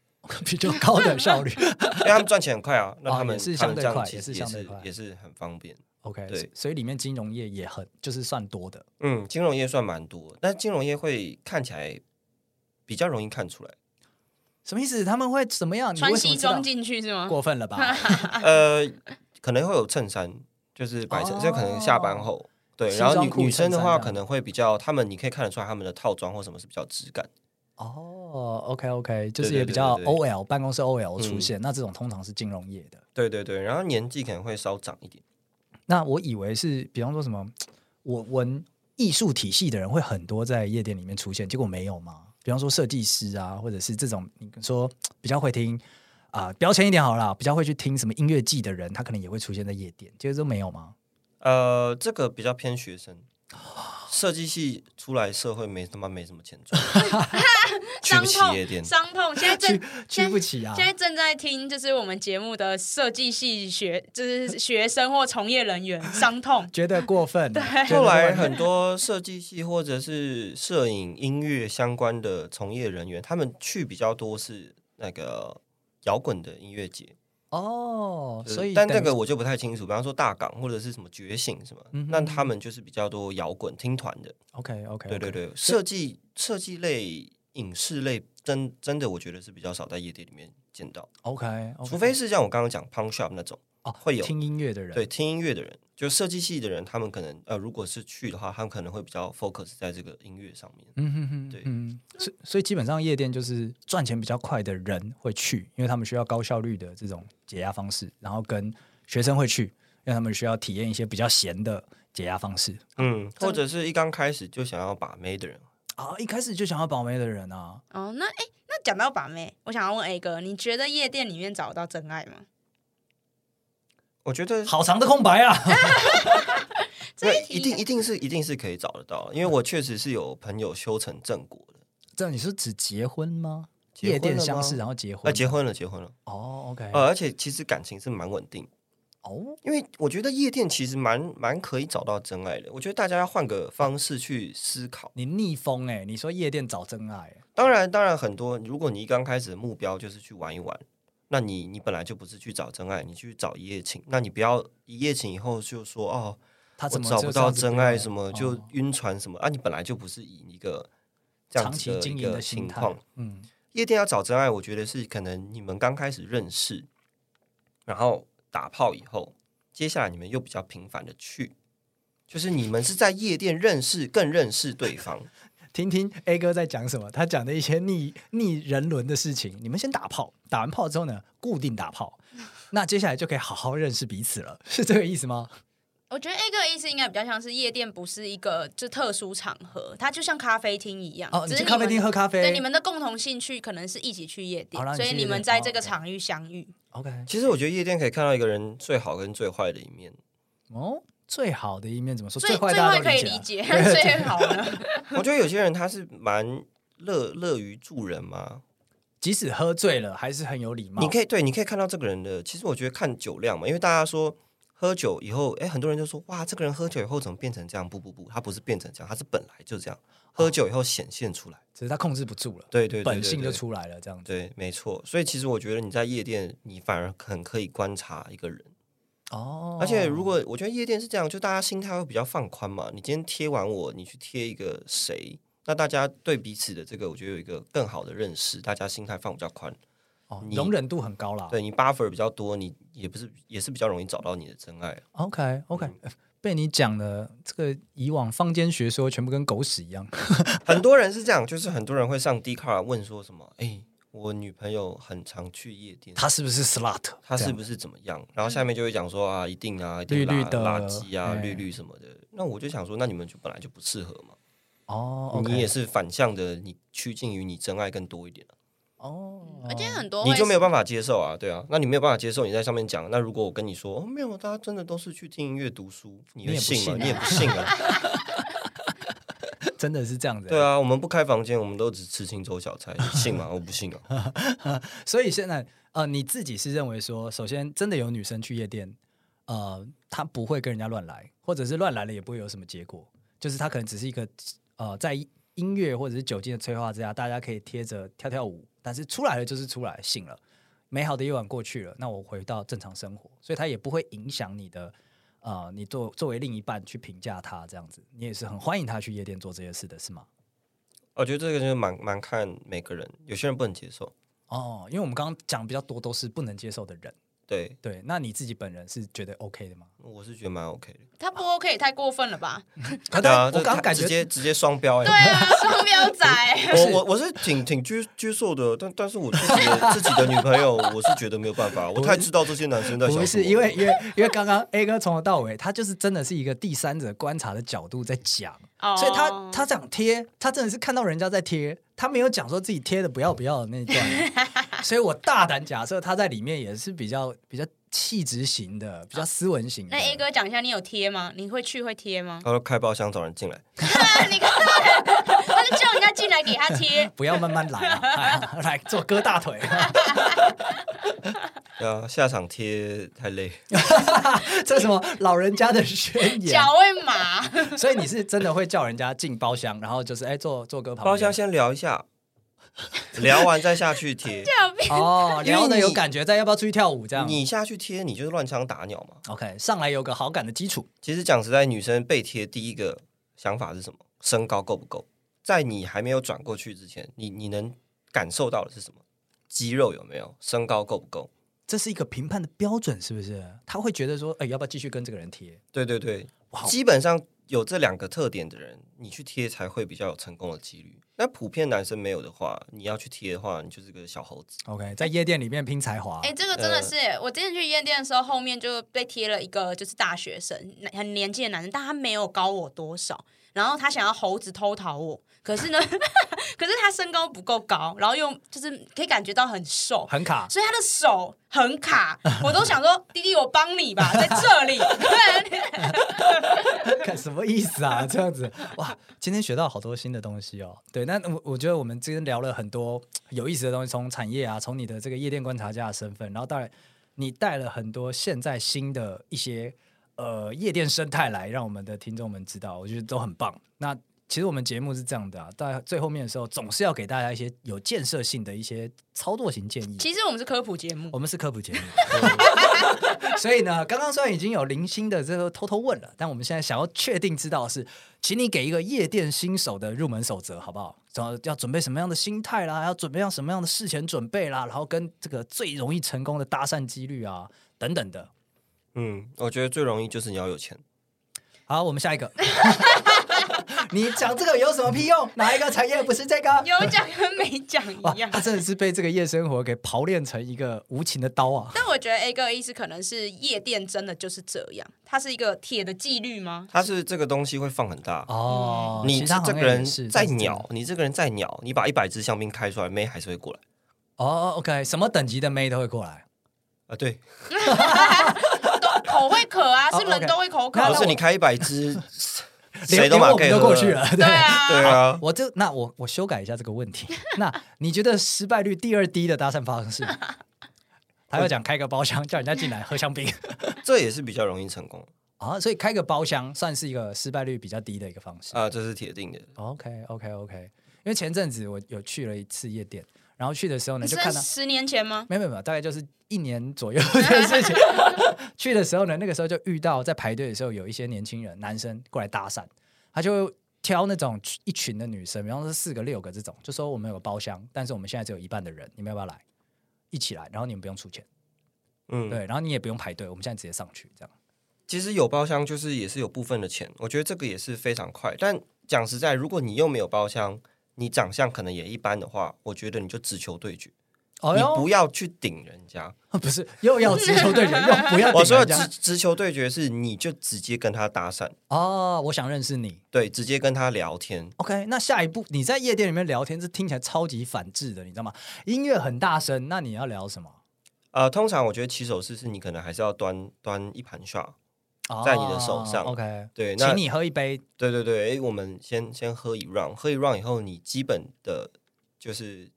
[SPEAKER 2] 比较高的效 率。
[SPEAKER 1] 因为他们赚钱很快啊，那
[SPEAKER 2] 哦
[SPEAKER 1] 他们
[SPEAKER 2] 也是
[SPEAKER 1] 他
[SPEAKER 2] 相
[SPEAKER 1] 们
[SPEAKER 2] 对
[SPEAKER 1] 这样
[SPEAKER 2] 快
[SPEAKER 1] 其
[SPEAKER 2] 也是
[SPEAKER 1] 实也
[SPEAKER 2] 相对
[SPEAKER 1] 是
[SPEAKER 2] 快
[SPEAKER 1] 也是很方便。
[SPEAKER 2] OK，
[SPEAKER 1] 对
[SPEAKER 2] 所以里面金融业也很就是算多的
[SPEAKER 1] 嗯，金融业算蛮多，但金融业会看起来比较容易看出来。
[SPEAKER 2] 什么意思？他们会怎么样？你
[SPEAKER 3] 穿
[SPEAKER 2] 为什么
[SPEAKER 3] 西
[SPEAKER 2] 知道
[SPEAKER 3] 装进去是吗？
[SPEAKER 2] 过分了吧？
[SPEAKER 1] 呃，可能会有衬衫，就是白衬，
[SPEAKER 2] 哦
[SPEAKER 1] 就可能下班后。对，
[SPEAKER 2] 西
[SPEAKER 1] 然后
[SPEAKER 2] 装
[SPEAKER 1] 女
[SPEAKER 2] 裤
[SPEAKER 1] 女生
[SPEAKER 2] 衬
[SPEAKER 1] 的
[SPEAKER 2] 衫
[SPEAKER 1] 话，
[SPEAKER 2] 这样
[SPEAKER 1] 可能会比较，他们你可以看得出来，他们的套装或什么是比较质感。
[SPEAKER 2] 哦，OK OK，就
[SPEAKER 1] 对
[SPEAKER 2] 是
[SPEAKER 1] 对
[SPEAKER 2] 也比较
[SPEAKER 1] 对对嗯
[SPEAKER 2] OL 办公室 OL 出现，那这种通常是金融业的。
[SPEAKER 1] 对对对，然后年纪可能会稍长一点。
[SPEAKER 2] 那我以为是，比方说什么，我文艺术体系的人会很多在夜店里面出现，结果没有吗？比方说设计师啊，或者是这种你说比较会听啊、标签一点好啦，比较会去听什么音乐季的人，他可能也会出现在夜店，结果都没有吗？
[SPEAKER 1] 呃，这个比较偏学 生，设计系出来社会没他妈没什么钱 赚，去
[SPEAKER 3] 伤
[SPEAKER 1] 不起夜
[SPEAKER 3] 痛，
[SPEAKER 1] 店。
[SPEAKER 3] 伤痛！现在正
[SPEAKER 2] 去去不起啊
[SPEAKER 3] 现！在正在听，就是我们节目的设计系学，就是学生或从业人员，伤痛。
[SPEAKER 2] 觉得过分，觉得
[SPEAKER 1] 后来
[SPEAKER 2] 过分
[SPEAKER 1] 很多设计系或者是摄影、音乐相关的从业人员，他们去比较多是那个摇滚的音乐节，
[SPEAKER 2] 哦，
[SPEAKER 1] 就是
[SPEAKER 2] 所以
[SPEAKER 1] 呃但
[SPEAKER 2] 等
[SPEAKER 1] 这个我就不太清楚。比方说大港或者是什么觉醒什么，
[SPEAKER 2] 嗯哼
[SPEAKER 1] 那他们就是比较多摇滚听团的。
[SPEAKER 2] OK OK，
[SPEAKER 1] 对对对，设计设计类、影视类，真真的我觉得是比较少在夜店里面见到，
[SPEAKER 2] OK，
[SPEAKER 1] 除非是像我刚刚讲 punk shop 那种，
[SPEAKER 2] 哦
[SPEAKER 1] 会有
[SPEAKER 2] 听音乐的人，
[SPEAKER 1] 对，听音乐的人，就设计系的人，他们可能呃，如果是去的话，他们可能会比较 focus 在这个音乐上面。
[SPEAKER 2] 嗯哼哼，
[SPEAKER 1] 对
[SPEAKER 2] 嗯，所以所以基本上夜店就是赚钱比较快的人会去，因为他们需要高效率的这种解压方式，然后跟学生会去，因为他们需要体验一些比较闲的解压方式
[SPEAKER 1] 嗯，或者是一刚开始就想要把妹的人，
[SPEAKER 2] 啊。一开始就想要保媒的人啊，
[SPEAKER 3] 哦，那哎，那讲到把妹，我想要问 A 哥，你觉得夜店里面找得到真爱吗？
[SPEAKER 1] 我觉得
[SPEAKER 2] 好长的空白啊。
[SPEAKER 1] 那
[SPEAKER 3] 这一题
[SPEAKER 1] 一定一定是一定是可以找得到，因
[SPEAKER 2] 嗯
[SPEAKER 1] 为我确实是有朋友修成正果的，
[SPEAKER 2] 这你是指结婚吗？
[SPEAKER 1] 结婚
[SPEAKER 2] 夜店
[SPEAKER 1] 了
[SPEAKER 2] 相
[SPEAKER 1] 吗
[SPEAKER 2] 识然后结婚？
[SPEAKER 1] 呃，结婚了，结婚了，
[SPEAKER 2] 哦，OK，
[SPEAKER 1] 呃，而且其实感情是蛮稳定的，
[SPEAKER 2] 哦，
[SPEAKER 1] 因为我觉得夜店其实蛮蛮可以找到真爱的，我觉得大家要换个方式去思考。
[SPEAKER 2] 你逆风哎、你说夜店找真爱欸、
[SPEAKER 1] 当然，当然很多，如果你一刚开始的目标就是去玩一玩，那你你本来就不是去找真爱，你去找一夜情，那你不要一夜情以后就说哦，
[SPEAKER 2] 他
[SPEAKER 1] 我
[SPEAKER 2] 怎么
[SPEAKER 1] 找不
[SPEAKER 2] 就这
[SPEAKER 1] 到
[SPEAKER 2] 样子
[SPEAKER 1] 真
[SPEAKER 2] 对
[SPEAKER 1] 爱
[SPEAKER 2] 我
[SPEAKER 1] 什么
[SPEAKER 2] 哦
[SPEAKER 1] 就晕船什么啊，你本来就不是以一个这样
[SPEAKER 2] 长
[SPEAKER 1] 子
[SPEAKER 2] 期经
[SPEAKER 1] 一
[SPEAKER 2] 营
[SPEAKER 1] 个
[SPEAKER 2] 的
[SPEAKER 1] 情
[SPEAKER 2] 心态
[SPEAKER 1] 况。，
[SPEAKER 2] 嗯，
[SPEAKER 1] 夜店要找真爱，我觉得是可能你们刚开始认识，然后打炮以后，接下来你们又比较频繁的去，就是你们是在夜店认识，更认识对方。
[SPEAKER 2] 听听 A 哥在讲什么，他讲的一些逆逆人伦的事情。你们先打炮，打完炮之后呢，固定打炮，那接下来就可以好好认识彼此了， 是这个意思吗？
[SPEAKER 3] 我觉得 A 哥的意思应该比较像是夜店不是一个就特殊场合，它就像咖啡厅一样，
[SPEAKER 2] 哦，你
[SPEAKER 3] 只是
[SPEAKER 2] 去
[SPEAKER 3] 你
[SPEAKER 2] 咖啡厅
[SPEAKER 3] 们
[SPEAKER 2] 喝咖啡，
[SPEAKER 3] 对你们的共同兴趣可能是一起去夜店
[SPEAKER 2] 好啦，你
[SPEAKER 3] 所以
[SPEAKER 2] 去
[SPEAKER 3] 你
[SPEAKER 2] 夜
[SPEAKER 3] 们
[SPEAKER 2] 店
[SPEAKER 3] 在
[SPEAKER 2] 哦
[SPEAKER 3] 这个
[SPEAKER 2] ，OK
[SPEAKER 3] 场域相遇。
[SPEAKER 2] OK
[SPEAKER 1] 其实我觉得夜店可以看到一个人最好跟最坏的一面。
[SPEAKER 2] 哦，最好的一面怎么说？
[SPEAKER 3] 最
[SPEAKER 2] 坏
[SPEAKER 3] 最
[SPEAKER 2] 大家
[SPEAKER 3] 坏
[SPEAKER 2] 都
[SPEAKER 3] 可以
[SPEAKER 2] 理
[SPEAKER 3] 理
[SPEAKER 2] 解
[SPEAKER 3] 解， 最好呢？
[SPEAKER 1] 我觉得有些人他是蛮乐乐于助人嘛，
[SPEAKER 2] 啊，即使喝醉了还是很有礼貌。
[SPEAKER 1] 你可以对，你可以看到这个人的。其实我觉得看酒量嘛，因为大家说喝酒以后，哎，很多人就说哇，这个人喝酒以后怎么变成这样？不不不，他不是变成这样，他是本来就这样，喝酒以后显现出来。
[SPEAKER 2] 只是他控制不住了，
[SPEAKER 1] 对对对对
[SPEAKER 2] 本性就
[SPEAKER 1] 对
[SPEAKER 2] 出来了，这样子。
[SPEAKER 1] 对，没错。所以其实我觉得你在夜店，你反而很可以观察一个人。
[SPEAKER 2] 哦，
[SPEAKER 1] 而且如果我觉得夜店是这样，就大家心态会比较放宽嘛。你今天贴完我，你去贴一个谁，那大家对彼此的这个，我觉得有一个更好的认识，大家心态放比较宽。
[SPEAKER 2] 哦
[SPEAKER 1] 你
[SPEAKER 2] 容忍度很高啦，
[SPEAKER 1] 对你 buffer 比较多，你也不是也是比较容易找到你的真爱。啊
[SPEAKER 2] OK OK，、被
[SPEAKER 1] 嗯
[SPEAKER 2] 你讲的这个以往坊间学说全部跟狗屎一样。
[SPEAKER 1] 很多人是这样，就是很多人会上 d c a r 问说什么，哎，我女朋友很常去夜店。
[SPEAKER 2] 他是不是 slut？
[SPEAKER 1] 他
[SPEAKER 2] 这
[SPEAKER 1] 是
[SPEAKER 2] 样
[SPEAKER 1] 不是怎么样？然后下面就会讲说啊，一定啊，一定
[SPEAKER 2] 绿绿
[SPEAKER 1] 垃
[SPEAKER 2] 的
[SPEAKER 1] 垃圾啊，
[SPEAKER 2] 哎
[SPEAKER 1] 绿绿什么的。那我就想说，那你们就本来就不适合嘛。
[SPEAKER 2] 哦，OK，
[SPEAKER 1] 你也是反向的，你趋近于你真爱更多一点、啊
[SPEAKER 2] 哦，
[SPEAKER 3] 而且很多
[SPEAKER 1] 你
[SPEAKER 3] 会
[SPEAKER 1] 就没有办法接受啊，对啊。那你没有办法接受，你在上面讲。那如果我跟你说，哦，没有，大家真的都是去听音乐、读书，你
[SPEAKER 2] 你
[SPEAKER 1] 会
[SPEAKER 2] 也不
[SPEAKER 1] 信吗？
[SPEAKER 2] 信啊
[SPEAKER 1] 你也不信啊，
[SPEAKER 2] 真的是这样子。欸
[SPEAKER 1] 对，啊。我们不开房间，我们都只吃青州小菜，你信吗？我不信啊。
[SPEAKER 2] 所以现在呃，你自己是认为说，首先真的有女生去夜店，呃，他不会跟人家乱来，或者是乱来了也不会有什么结果，就是他可能只是一个呃，在音乐或者是酒精的催化之下，大家可以贴着跳跳舞，但是出来了就是出来，醒了，美好的夜晚过去了，那我回到正常生活，所以他也不会影响你的。呃，你作作为另一半去评价他这样子，你也是很欢迎他去夜店做这些事的，是吗？
[SPEAKER 1] 我觉得这个就是蛮蛮看每个人，有些人不能接受。
[SPEAKER 2] 哦，因为我们刚刚讲比较多都是不能接受的人，
[SPEAKER 1] 对，
[SPEAKER 2] 对，那你自己本人是觉得 OK 的吗？
[SPEAKER 1] 我是觉得蛮 OK 的。
[SPEAKER 3] 他不 OK 也太过分了吧？
[SPEAKER 2] 可
[SPEAKER 1] 对啊，
[SPEAKER 2] 我
[SPEAKER 1] 这
[SPEAKER 2] 刚感
[SPEAKER 1] 直
[SPEAKER 2] 觉
[SPEAKER 1] 接直接双标哎、
[SPEAKER 3] 对啊， 双标仔，
[SPEAKER 1] 我我我是挺挺拘拘束的，但但是我自己的自己的女朋友，我是觉得没有办法，我太知道这些男生在想什么
[SPEAKER 2] 不
[SPEAKER 1] 了。？
[SPEAKER 2] 是因为因为因为刚刚 A 哥从头到尾，他就是真的是一个第三者观察的角度在讲，
[SPEAKER 3] 哦
[SPEAKER 2] 所以他他这样贴，他真的是看到人家在贴，他没有讲说自己贴的不要不要的那一 段，所以我大胆假设他在里面也是比较比较气质型的，比较斯文型的。
[SPEAKER 3] 那 A 哥讲一下，你有贴吗？你会去会贴 吗
[SPEAKER 1] 他说开包厢找人进来，
[SPEAKER 3] 啊你看，他就叫人家进来给他 贴。
[SPEAKER 2] 不要慢慢来、啊， 哎来做割大腿，啊
[SPEAKER 1] 对啊，下场贴太累，
[SPEAKER 2] 这是什么老人家的宣言？啊
[SPEAKER 3] 脚会麻，
[SPEAKER 2] 所以你是真的会叫人家进包厢，然后就是哎坐坐哥旁边
[SPEAKER 1] 包厢先聊一下，聊完再下去贴。
[SPEAKER 3] 脚变
[SPEAKER 2] 哦，
[SPEAKER 1] 因为
[SPEAKER 2] 聊的有
[SPEAKER 1] 你
[SPEAKER 2] 感觉，再要不要出去跳舞这样？
[SPEAKER 1] 你下去贴，你就是乱枪打鸟嘛。
[SPEAKER 2] OK，上来有个好感的基础，
[SPEAKER 1] 其实讲实在，女生被贴第一个想法是什么？身高够不够？在你还没有转过去之前，你你能感受到的是什么？肌肉有没有？身高够不够？
[SPEAKER 2] 这是一个评判的标准，是不是？他会觉得说，哎、要不要继续跟这个人贴？
[SPEAKER 1] 对对对
[SPEAKER 2] 哇，哦
[SPEAKER 1] 基本上有这两个特点的人，你去贴才会比较有成功的几率。那普遍男生没有的话，你要去贴的话，你就是个小猴子。
[SPEAKER 2] OK，在夜店里面拼才华，
[SPEAKER 3] 哎、这个真的是、我之前去夜店的时候，后面就被贴了一个就是大学生，男很年轻的男生，但他没有高我多少，然后他想要猴子偷桃我，可是呢， 可是他身高不够高，然后又就是可以感觉到很瘦。
[SPEAKER 2] 很卡。
[SPEAKER 3] 所以他的手很卡，我都想说，弟弟，我帮你吧，在这里。
[SPEAKER 2] 看什么意思啊？这样子哇，今天学到好多新的东西哦。对，那我我觉得我们今天聊了很多有意思的东西，从产业啊，从你的这个夜店观察家的身份，然后当然你带了很多现在新的一些呃夜店生态来，让我们的听众们知道，我觉得都很棒。那其实我们节目是这样的啊，到最后面的时候，总是要给大家一些有建设性的一些操作型建议。
[SPEAKER 3] 其实我们是科普节目，
[SPEAKER 2] 我们是科普节目， 所以呢，刚刚虽然已经有零星的这个偷偷问了，但我们现在想要确定知道的是，请你给一个夜店新手的入门守则，好不好？然后要准备什么样的心态啦，要准备样什么样的事前准备啦，然后跟这个最容易成功的搭讪几率啊等等的。
[SPEAKER 1] 嗯，我觉得最容易就是你要有钱。
[SPEAKER 2] 好，我们下一个。 你讲这个有什么屁用？哪一个产业不是这个？
[SPEAKER 3] 有讲跟没讲
[SPEAKER 2] 哇
[SPEAKER 3] 一样，
[SPEAKER 2] 他。真的是被这个夜生活给刨炼成一个无情的刀啊！
[SPEAKER 3] 但我觉得 A 哥的意思可能是夜店真的就是这样，它是一个铁的纪 律吗？
[SPEAKER 1] 它是这个东西会放很大。
[SPEAKER 2] 哦，
[SPEAKER 1] 你
[SPEAKER 2] 其
[SPEAKER 1] 是
[SPEAKER 2] 他
[SPEAKER 1] 这
[SPEAKER 2] 行
[SPEAKER 1] 个
[SPEAKER 2] 业也
[SPEAKER 1] 人
[SPEAKER 2] 是
[SPEAKER 1] 在
[SPEAKER 2] 这是真的
[SPEAKER 1] 鸟，你这个人在鸟，你把一百支香槟开出来，妹还是会过来
[SPEAKER 2] 哦、o k 什么等级的妹都会过来。
[SPEAKER 1] 啊。对，
[SPEAKER 3] 都口会渴啊，
[SPEAKER 2] 哦
[SPEAKER 3] 是人
[SPEAKER 2] OK
[SPEAKER 3] 都会口渴。
[SPEAKER 2] 那
[SPEAKER 1] 不
[SPEAKER 2] 我
[SPEAKER 1] 是你开一百 支，
[SPEAKER 2] 连
[SPEAKER 1] 谁都
[SPEAKER 2] 连
[SPEAKER 1] 蛮
[SPEAKER 2] 我
[SPEAKER 1] 可
[SPEAKER 2] 们
[SPEAKER 1] 以
[SPEAKER 2] 都
[SPEAKER 1] 喝
[SPEAKER 2] 过去了。，
[SPEAKER 3] 对啊，
[SPEAKER 1] 对 啊，
[SPEAKER 2] 我就那我我修改一下这个问 题。那你觉得失败率第二低的搭讪方式？ 他要讲开个包厢，叫人家进来喝香 槟
[SPEAKER 1] 这也是比较容易成功
[SPEAKER 2] 啊，所以开个包厢算是一个失败率比较低的一个方
[SPEAKER 3] 嗯
[SPEAKER 2] 式。
[SPEAKER 1] 啊，这是铁定的。
[SPEAKER 2] OK OK OK，因为前阵子我有去了一次夜店，然后去的时候呢，
[SPEAKER 3] 你
[SPEAKER 2] 就是看到
[SPEAKER 3] 十年前吗？
[SPEAKER 2] 没有没有没有，大概就是一年左右 的事情。去的时候呢，那个时候就遇到在排队的时候有一些年轻人男生过来搭讪，他就会挑那种一群的女生，比方说四个六个这种，就说我们有个包厢，但是我们现在只有一半的人，你们要不要来？一起来，然后你们不用出钱，
[SPEAKER 1] 嗯，
[SPEAKER 2] 对，然后你也不用排队，我们现在直接上去这样。
[SPEAKER 1] 其实有包厢就是也是有部分的钱，我觉得这个也是非常快。但讲实在，如果你又没有包厢，你长相可能也一般的话，我觉得你就只求对决，
[SPEAKER 2] 哦
[SPEAKER 1] 你
[SPEAKER 2] 哟
[SPEAKER 1] 不，要去顶人 家。
[SPEAKER 2] 不是又 要直球对决，又不要
[SPEAKER 1] 我说
[SPEAKER 2] 顶人
[SPEAKER 1] 的
[SPEAKER 2] 家
[SPEAKER 1] 直直球对决是，你就直接跟他搭讪，
[SPEAKER 2] 哦，我想认识你。
[SPEAKER 1] 对，直接跟他聊天。
[SPEAKER 2] OK，那下一步你在夜店里面聊天，这听起来超级反智的，你知道吗？音乐很大声，那你要聊什么？
[SPEAKER 1] 呃，通常我觉得起手式是你可能还是要端端一盘 shot，在你的手上
[SPEAKER 2] 哦 OK，
[SPEAKER 1] 对，那
[SPEAKER 2] 请你喝一杯。
[SPEAKER 1] 对对对，哎，我们先先喝一 round，喝一 round 以后，你基本的就是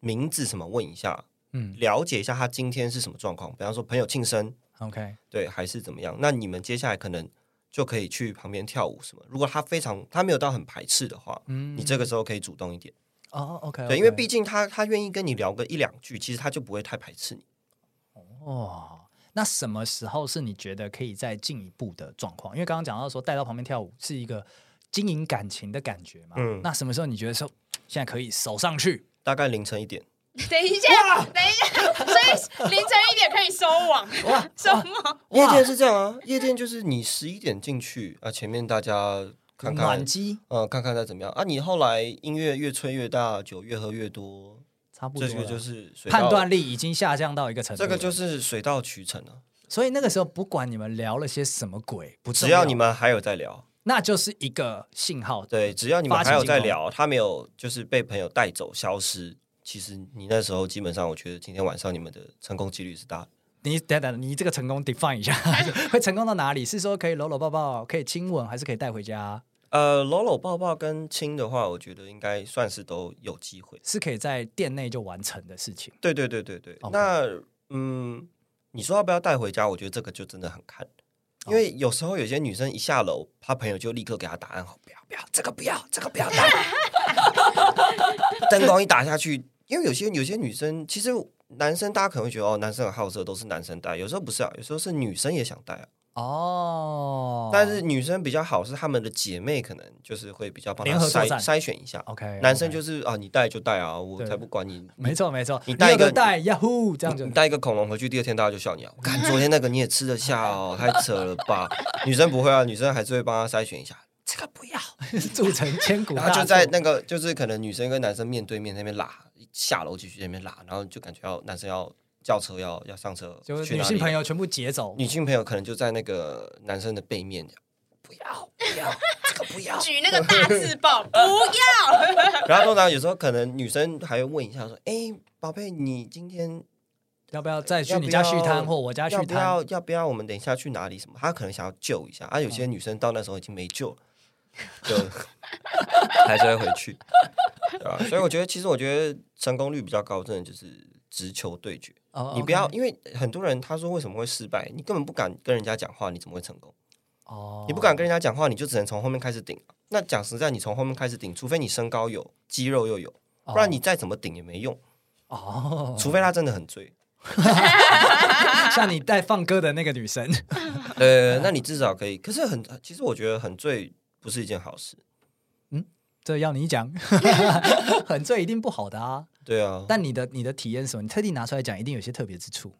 [SPEAKER 1] 名字什么问一下，
[SPEAKER 2] 嗯
[SPEAKER 1] 了解一下他今天是什么状况。比方说朋友庆生，
[SPEAKER 2] OK，
[SPEAKER 1] 对，还是怎么样？那你们接下来可能就可以去旁边跳舞什么。如果他非常他没有到很排斥的话，
[SPEAKER 2] 嗯，
[SPEAKER 1] 你这个时候可以主动一点，
[SPEAKER 2] 哦，OK，
[SPEAKER 1] 对，因为毕竟他他愿意跟你聊个一两句，其实他就不会太排斥你。
[SPEAKER 2] 哦，那什么时候是你觉得可以再进一步的状况？因为刚刚讲到说带到旁边跳舞是一个经营感情的感觉嘛，
[SPEAKER 1] 嗯
[SPEAKER 2] 那什么时候你觉得说现在可以手上去？
[SPEAKER 1] 大概凌晨一点，
[SPEAKER 3] 等一下，等一下，所以凌晨一点可以收网， 什么？
[SPEAKER 1] 夜店是这样啊，夜店就是你十一点进去啊，前面大家看看
[SPEAKER 2] 暖，机
[SPEAKER 1] 呃，看看再怎么样啊。你后来音乐越吹越大，酒越喝越多，
[SPEAKER 2] 差不多
[SPEAKER 1] 这
[SPEAKER 2] 了，
[SPEAKER 1] 个就是水到
[SPEAKER 2] 判断力已经下降到一个程度
[SPEAKER 1] 这
[SPEAKER 2] 了，
[SPEAKER 1] 个就是水到渠成啊。
[SPEAKER 2] 所以那个时候不管你们聊了些什么鬼，不重
[SPEAKER 1] 只要你，们还有在聊，
[SPEAKER 2] 那就是一个信号，
[SPEAKER 1] 对，只要你
[SPEAKER 2] 发
[SPEAKER 1] 们
[SPEAKER 2] 起
[SPEAKER 1] 还有
[SPEAKER 2] 进
[SPEAKER 1] 在
[SPEAKER 2] 攻
[SPEAKER 1] 聊，他没有就是被朋友带走消失，其实你那时候基本上，我觉得今天晚上你们的成功几率是大的。
[SPEAKER 2] 你等等，你这个成功 define 一下，会成功到哪里？是说可以搂搂抱抱，可以亲吻，还是可以带回家？
[SPEAKER 1] 呃，搂搂抱抱跟亲的话，我觉得应该算是都有机会。
[SPEAKER 2] 是可以在店内就完成的事情。
[SPEAKER 1] 对对对对对
[SPEAKER 2] OK
[SPEAKER 1] 那嗯，你说要不要带回家？我觉得这个就真的很看，因为有时候有些女生一下楼，她朋友就立刻给她答案，不要不要，这个不要，这个不要 带。灯光一打下去，因为有些有些女生其实。男生大家可能会觉得哦，男生很好色，都是男生带。有时候不是啊，有时候是女生也想带啊。
[SPEAKER 2] 哦，
[SPEAKER 1] 但是女生比较好，是她们的姐妹可能就是会比较帮她
[SPEAKER 2] 联合作
[SPEAKER 1] 筛
[SPEAKER 2] 战
[SPEAKER 1] 筛选一下。
[SPEAKER 2] OK，
[SPEAKER 1] 男生就是是啊，你带就带啊，我
[SPEAKER 2] 对
[SPEAKER 1] 才不管你。
[SPEAKER 2] 没错没错，
[SPEAKER 1] 你带一个
[SPEAKER 2] 有带 Yahoo 这样
[SPEAKER 1] 你
[SPEAKER 2] 就
[SPEAKER 1] 你带一个恐龙回去，第二天大家就笑你啊！我看昨天那个你也吃得下哦，太扯了吧！女生不会啊，女生还是会帮她筛选一下，这个不要。
[SPEAKER 2] 铸成千古
[SPEAKER 1] 然
[SPEAKER 2] 大
[SPEAKER 1] 后
[SPEAKER 2] 树，
[SPEAKER 1] 就在那个就是可能女生跟男生面对面那边拉，下楼继续那边拉，然后就感觉要男生要叫车要要上车，
[SPEAKER 2] 就是
[SPEAKER 1] 去
[SPEAKER 2] 女
[SPEAKER 1] 哪里
[SPEAKER 2] 性朋，友全部劫走，
[SPEAKER 1] 女性朋友可能就在那个男生的背面这样，不要不要这个不要，
[SPEAKER 3] 举那个大 字报，不要。
[SPEAKER 1] 然后通常有时候可能女生还会问一下说：“哎，宝贝，你今天
[SPEAKER 2] 要不要再去
[SPEAKER 1] 要不
[SPEAKER 2] 你家续
[SPEAKER 1] 要
[SPEAKER 2] 摊或我家续
[SPEAKER 1] 要不
[SPEAKER 2] 摊？
[SPEAKER 1] 要要不要我们等一下去哪里什么？”她可能想要救一下，啊，
[SPEAKER 2] 哦
[SPEAKER 1] 有些女生到那时候已经没 救了，就还是会回去，对吧？所以我觉得，其实我觉得成功率比较高，真的就是直球对决。
[SPEAKER 2] 哦
[SPEAKER 1] 你不要，
[SPEAKER 2] OK
[SPEAKER 1] 因为很多人他说为什么会失败，你根本不敢跟人家讲话，你怎么会成功？
[SPEAKER 2] 哦，
[SPEAKER 1] 你不敢跟人家讲话，你就只能从后面开始顶。啊那讲实在，你从后面开始顶，除非你身高有，肌肉又有，
[SPEAKER 2] 哦，
[SPEAKER 1] 不然你再怎么顶也没用。
[SPEAKER 2] 哦，
[SPEAKER 1] 除非他真的很醉。
[SPEAKER 2] 像你带放歌的那个女生，啊
[SPEAKER 1] 呃，那你至少可以。可是很，其实我觉得很醉不是一件好事。
[SPEAKER 2] 这要你讲，很醉一定不好的啊。
[SPEAKER 1] 对啊，
[SPEAKER 2] 但你的你的体验是什么？你特地拿出来讲，一定有些特别之处，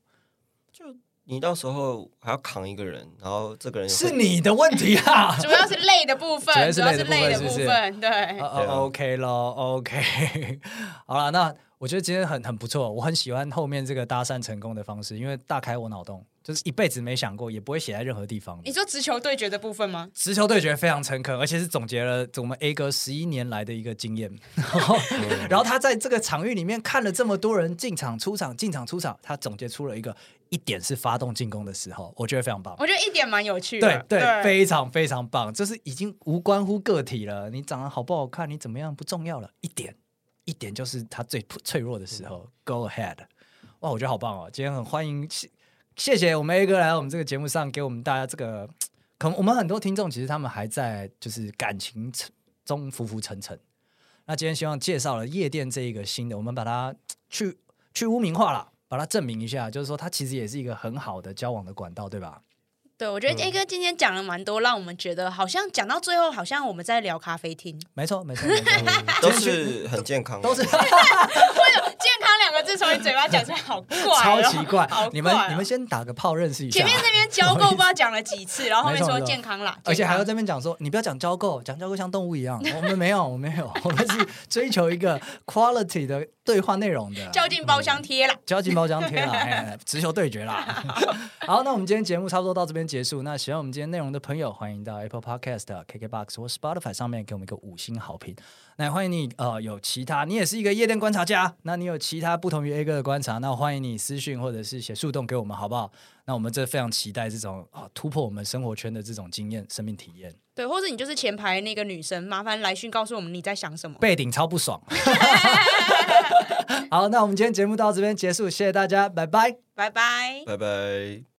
[SPEAKER 1] 你到时候还要扛一个人，然后这个人
[SPEAKER 2] 是你的问题 啊。
[SPEAKER 3] 主要是累的部分，
[SPEAKER 2] 主
[SPEAKER 3] 主
[SPEAKER 2] 要
[SPEAKER 3] 要
[SPEAKER 2] 是
[SPEAKER 3] 是
[SPEAKER 2] 累
[SPEAKER 3] 累
[SPEAKER 2] 的
[SPEAKER 3] 的
[SPEAKER 2] 部
[SPEAKER 3] 部
[SPEAKER 2] 分
[SPEAKER 3] 分，对
[SPEAKER 2] 哦。
[SPEAKER 1] 对啊
[SPEAKER 2] 哦 OK 咯 o k 好了，那我觉得今天很很不错，我很喜欢后面这个搭讪成功的方式，因为大开我脑洞，就是一辈子没想过，也不会写在任何地方
[SPEAKER 3] 你
[SPEAKER 2] 的。
[SPEAKER 3] 说直球对决的部分吗？
[SPEAKER 2] 直球对决非常诚恳，而且是总结了我们 A 哥十一年来的一个经验。然后，然后他在这个场域里面看了这么多人进场、出场、进场、出场，他总结出了一个一点是发动进攻的时候，我觉得非常棒。
[SPEAKER 3] 我觉得一点蛮有趣
[SPEAKER 2] 对
[SPEAKER 3] 的，
[SPEAKER 2] 对，非常非常棒，就是已经无关乎个体了。你长得好不好看，你怎么样不重要了，一点一点就是他最脆弱的时候。Go ahead，哇，我觉得好棒哦！今天很欢迎，谢谢谢我们 A 哥来我们这个节目上给我们大家这个，可能我们很多听众其实他们还在就是感情中浮浮沉沉。那今天希望介绍了夜店这一个新的，我们把它去去污名化了，把它证明一下，就是说它其实也是一个很好的交往的管道，对吧？
[SPEAKER 3] 对，我觉
[SPEAKER 2] 嗯
[SPEAKER 3] 得 A 哥今天讲了蛮多，让我们觉得好像讲到最后，好像我们在聊咖啡厅。
[SPEAKER 2] 没错， 没错，没错。
[SPEAKER 3] 哦
[SPEAKER 1] 都是很健康的，
[SPEAKER 2] 都是
[SPEAKER 3] 健康两个字从你嘴巴讲出来，好怪、哦，
[SPEAKER 2] 超奇怪
[SPEAKER 3] 好怪哦。
[SPEAKER 2] 你们你们先打个炮认识一下
[SPEAKER 3] 前，面那边教够不知道讲了几次，然后后面
[SPEAKER 2] 没错
[SPEAKER 3] 说
[SPEAKER 2] 没错
[SPEAKER 3] 健康啦，
[SPEAKER 2] 而且还要
[SPEAKER 3] 健
[SPEAKER 2] 这边讲说，你不要讲交够，讲交够像动物一 样。我们没有，我们没有，我们是追求一个 quality 的对话内 容的
[SPEAKER 3] 康。较劲包
[SPEAKER 2] 嗯
[SPEAKER 3] 厢贴啦。
[SPEAKER 2] 交情包浆贴啦，哎，直球对决啦。好，那我们今天节目差不多到这边结束。那喜欢我们今天内容的朋友，欢迎到 Apple Podcast、KKBox 或 Spotify 上面给我们一个五星好评。那也欢迎你，呃，有其他你也是一个夜店观察家，那你有其他不同于 A 哥的观察，那欢迎你私讯或者是写树洞给我们，好不好？那我们这非常期待这种啊、突破我们生活圈的这种经验、生命体验。
[SPEAKER 3] 对，或者你就是前排那个女生，麻烦来讯告诉我们你在想什么。
[SPEAKER 2] 背顶超不爽。 好，那我们今天节目到这边结束，谢谢大家，拜拜。
[SPEAKER 3] 拜拜。
[SPEAKER 1] 拜拜。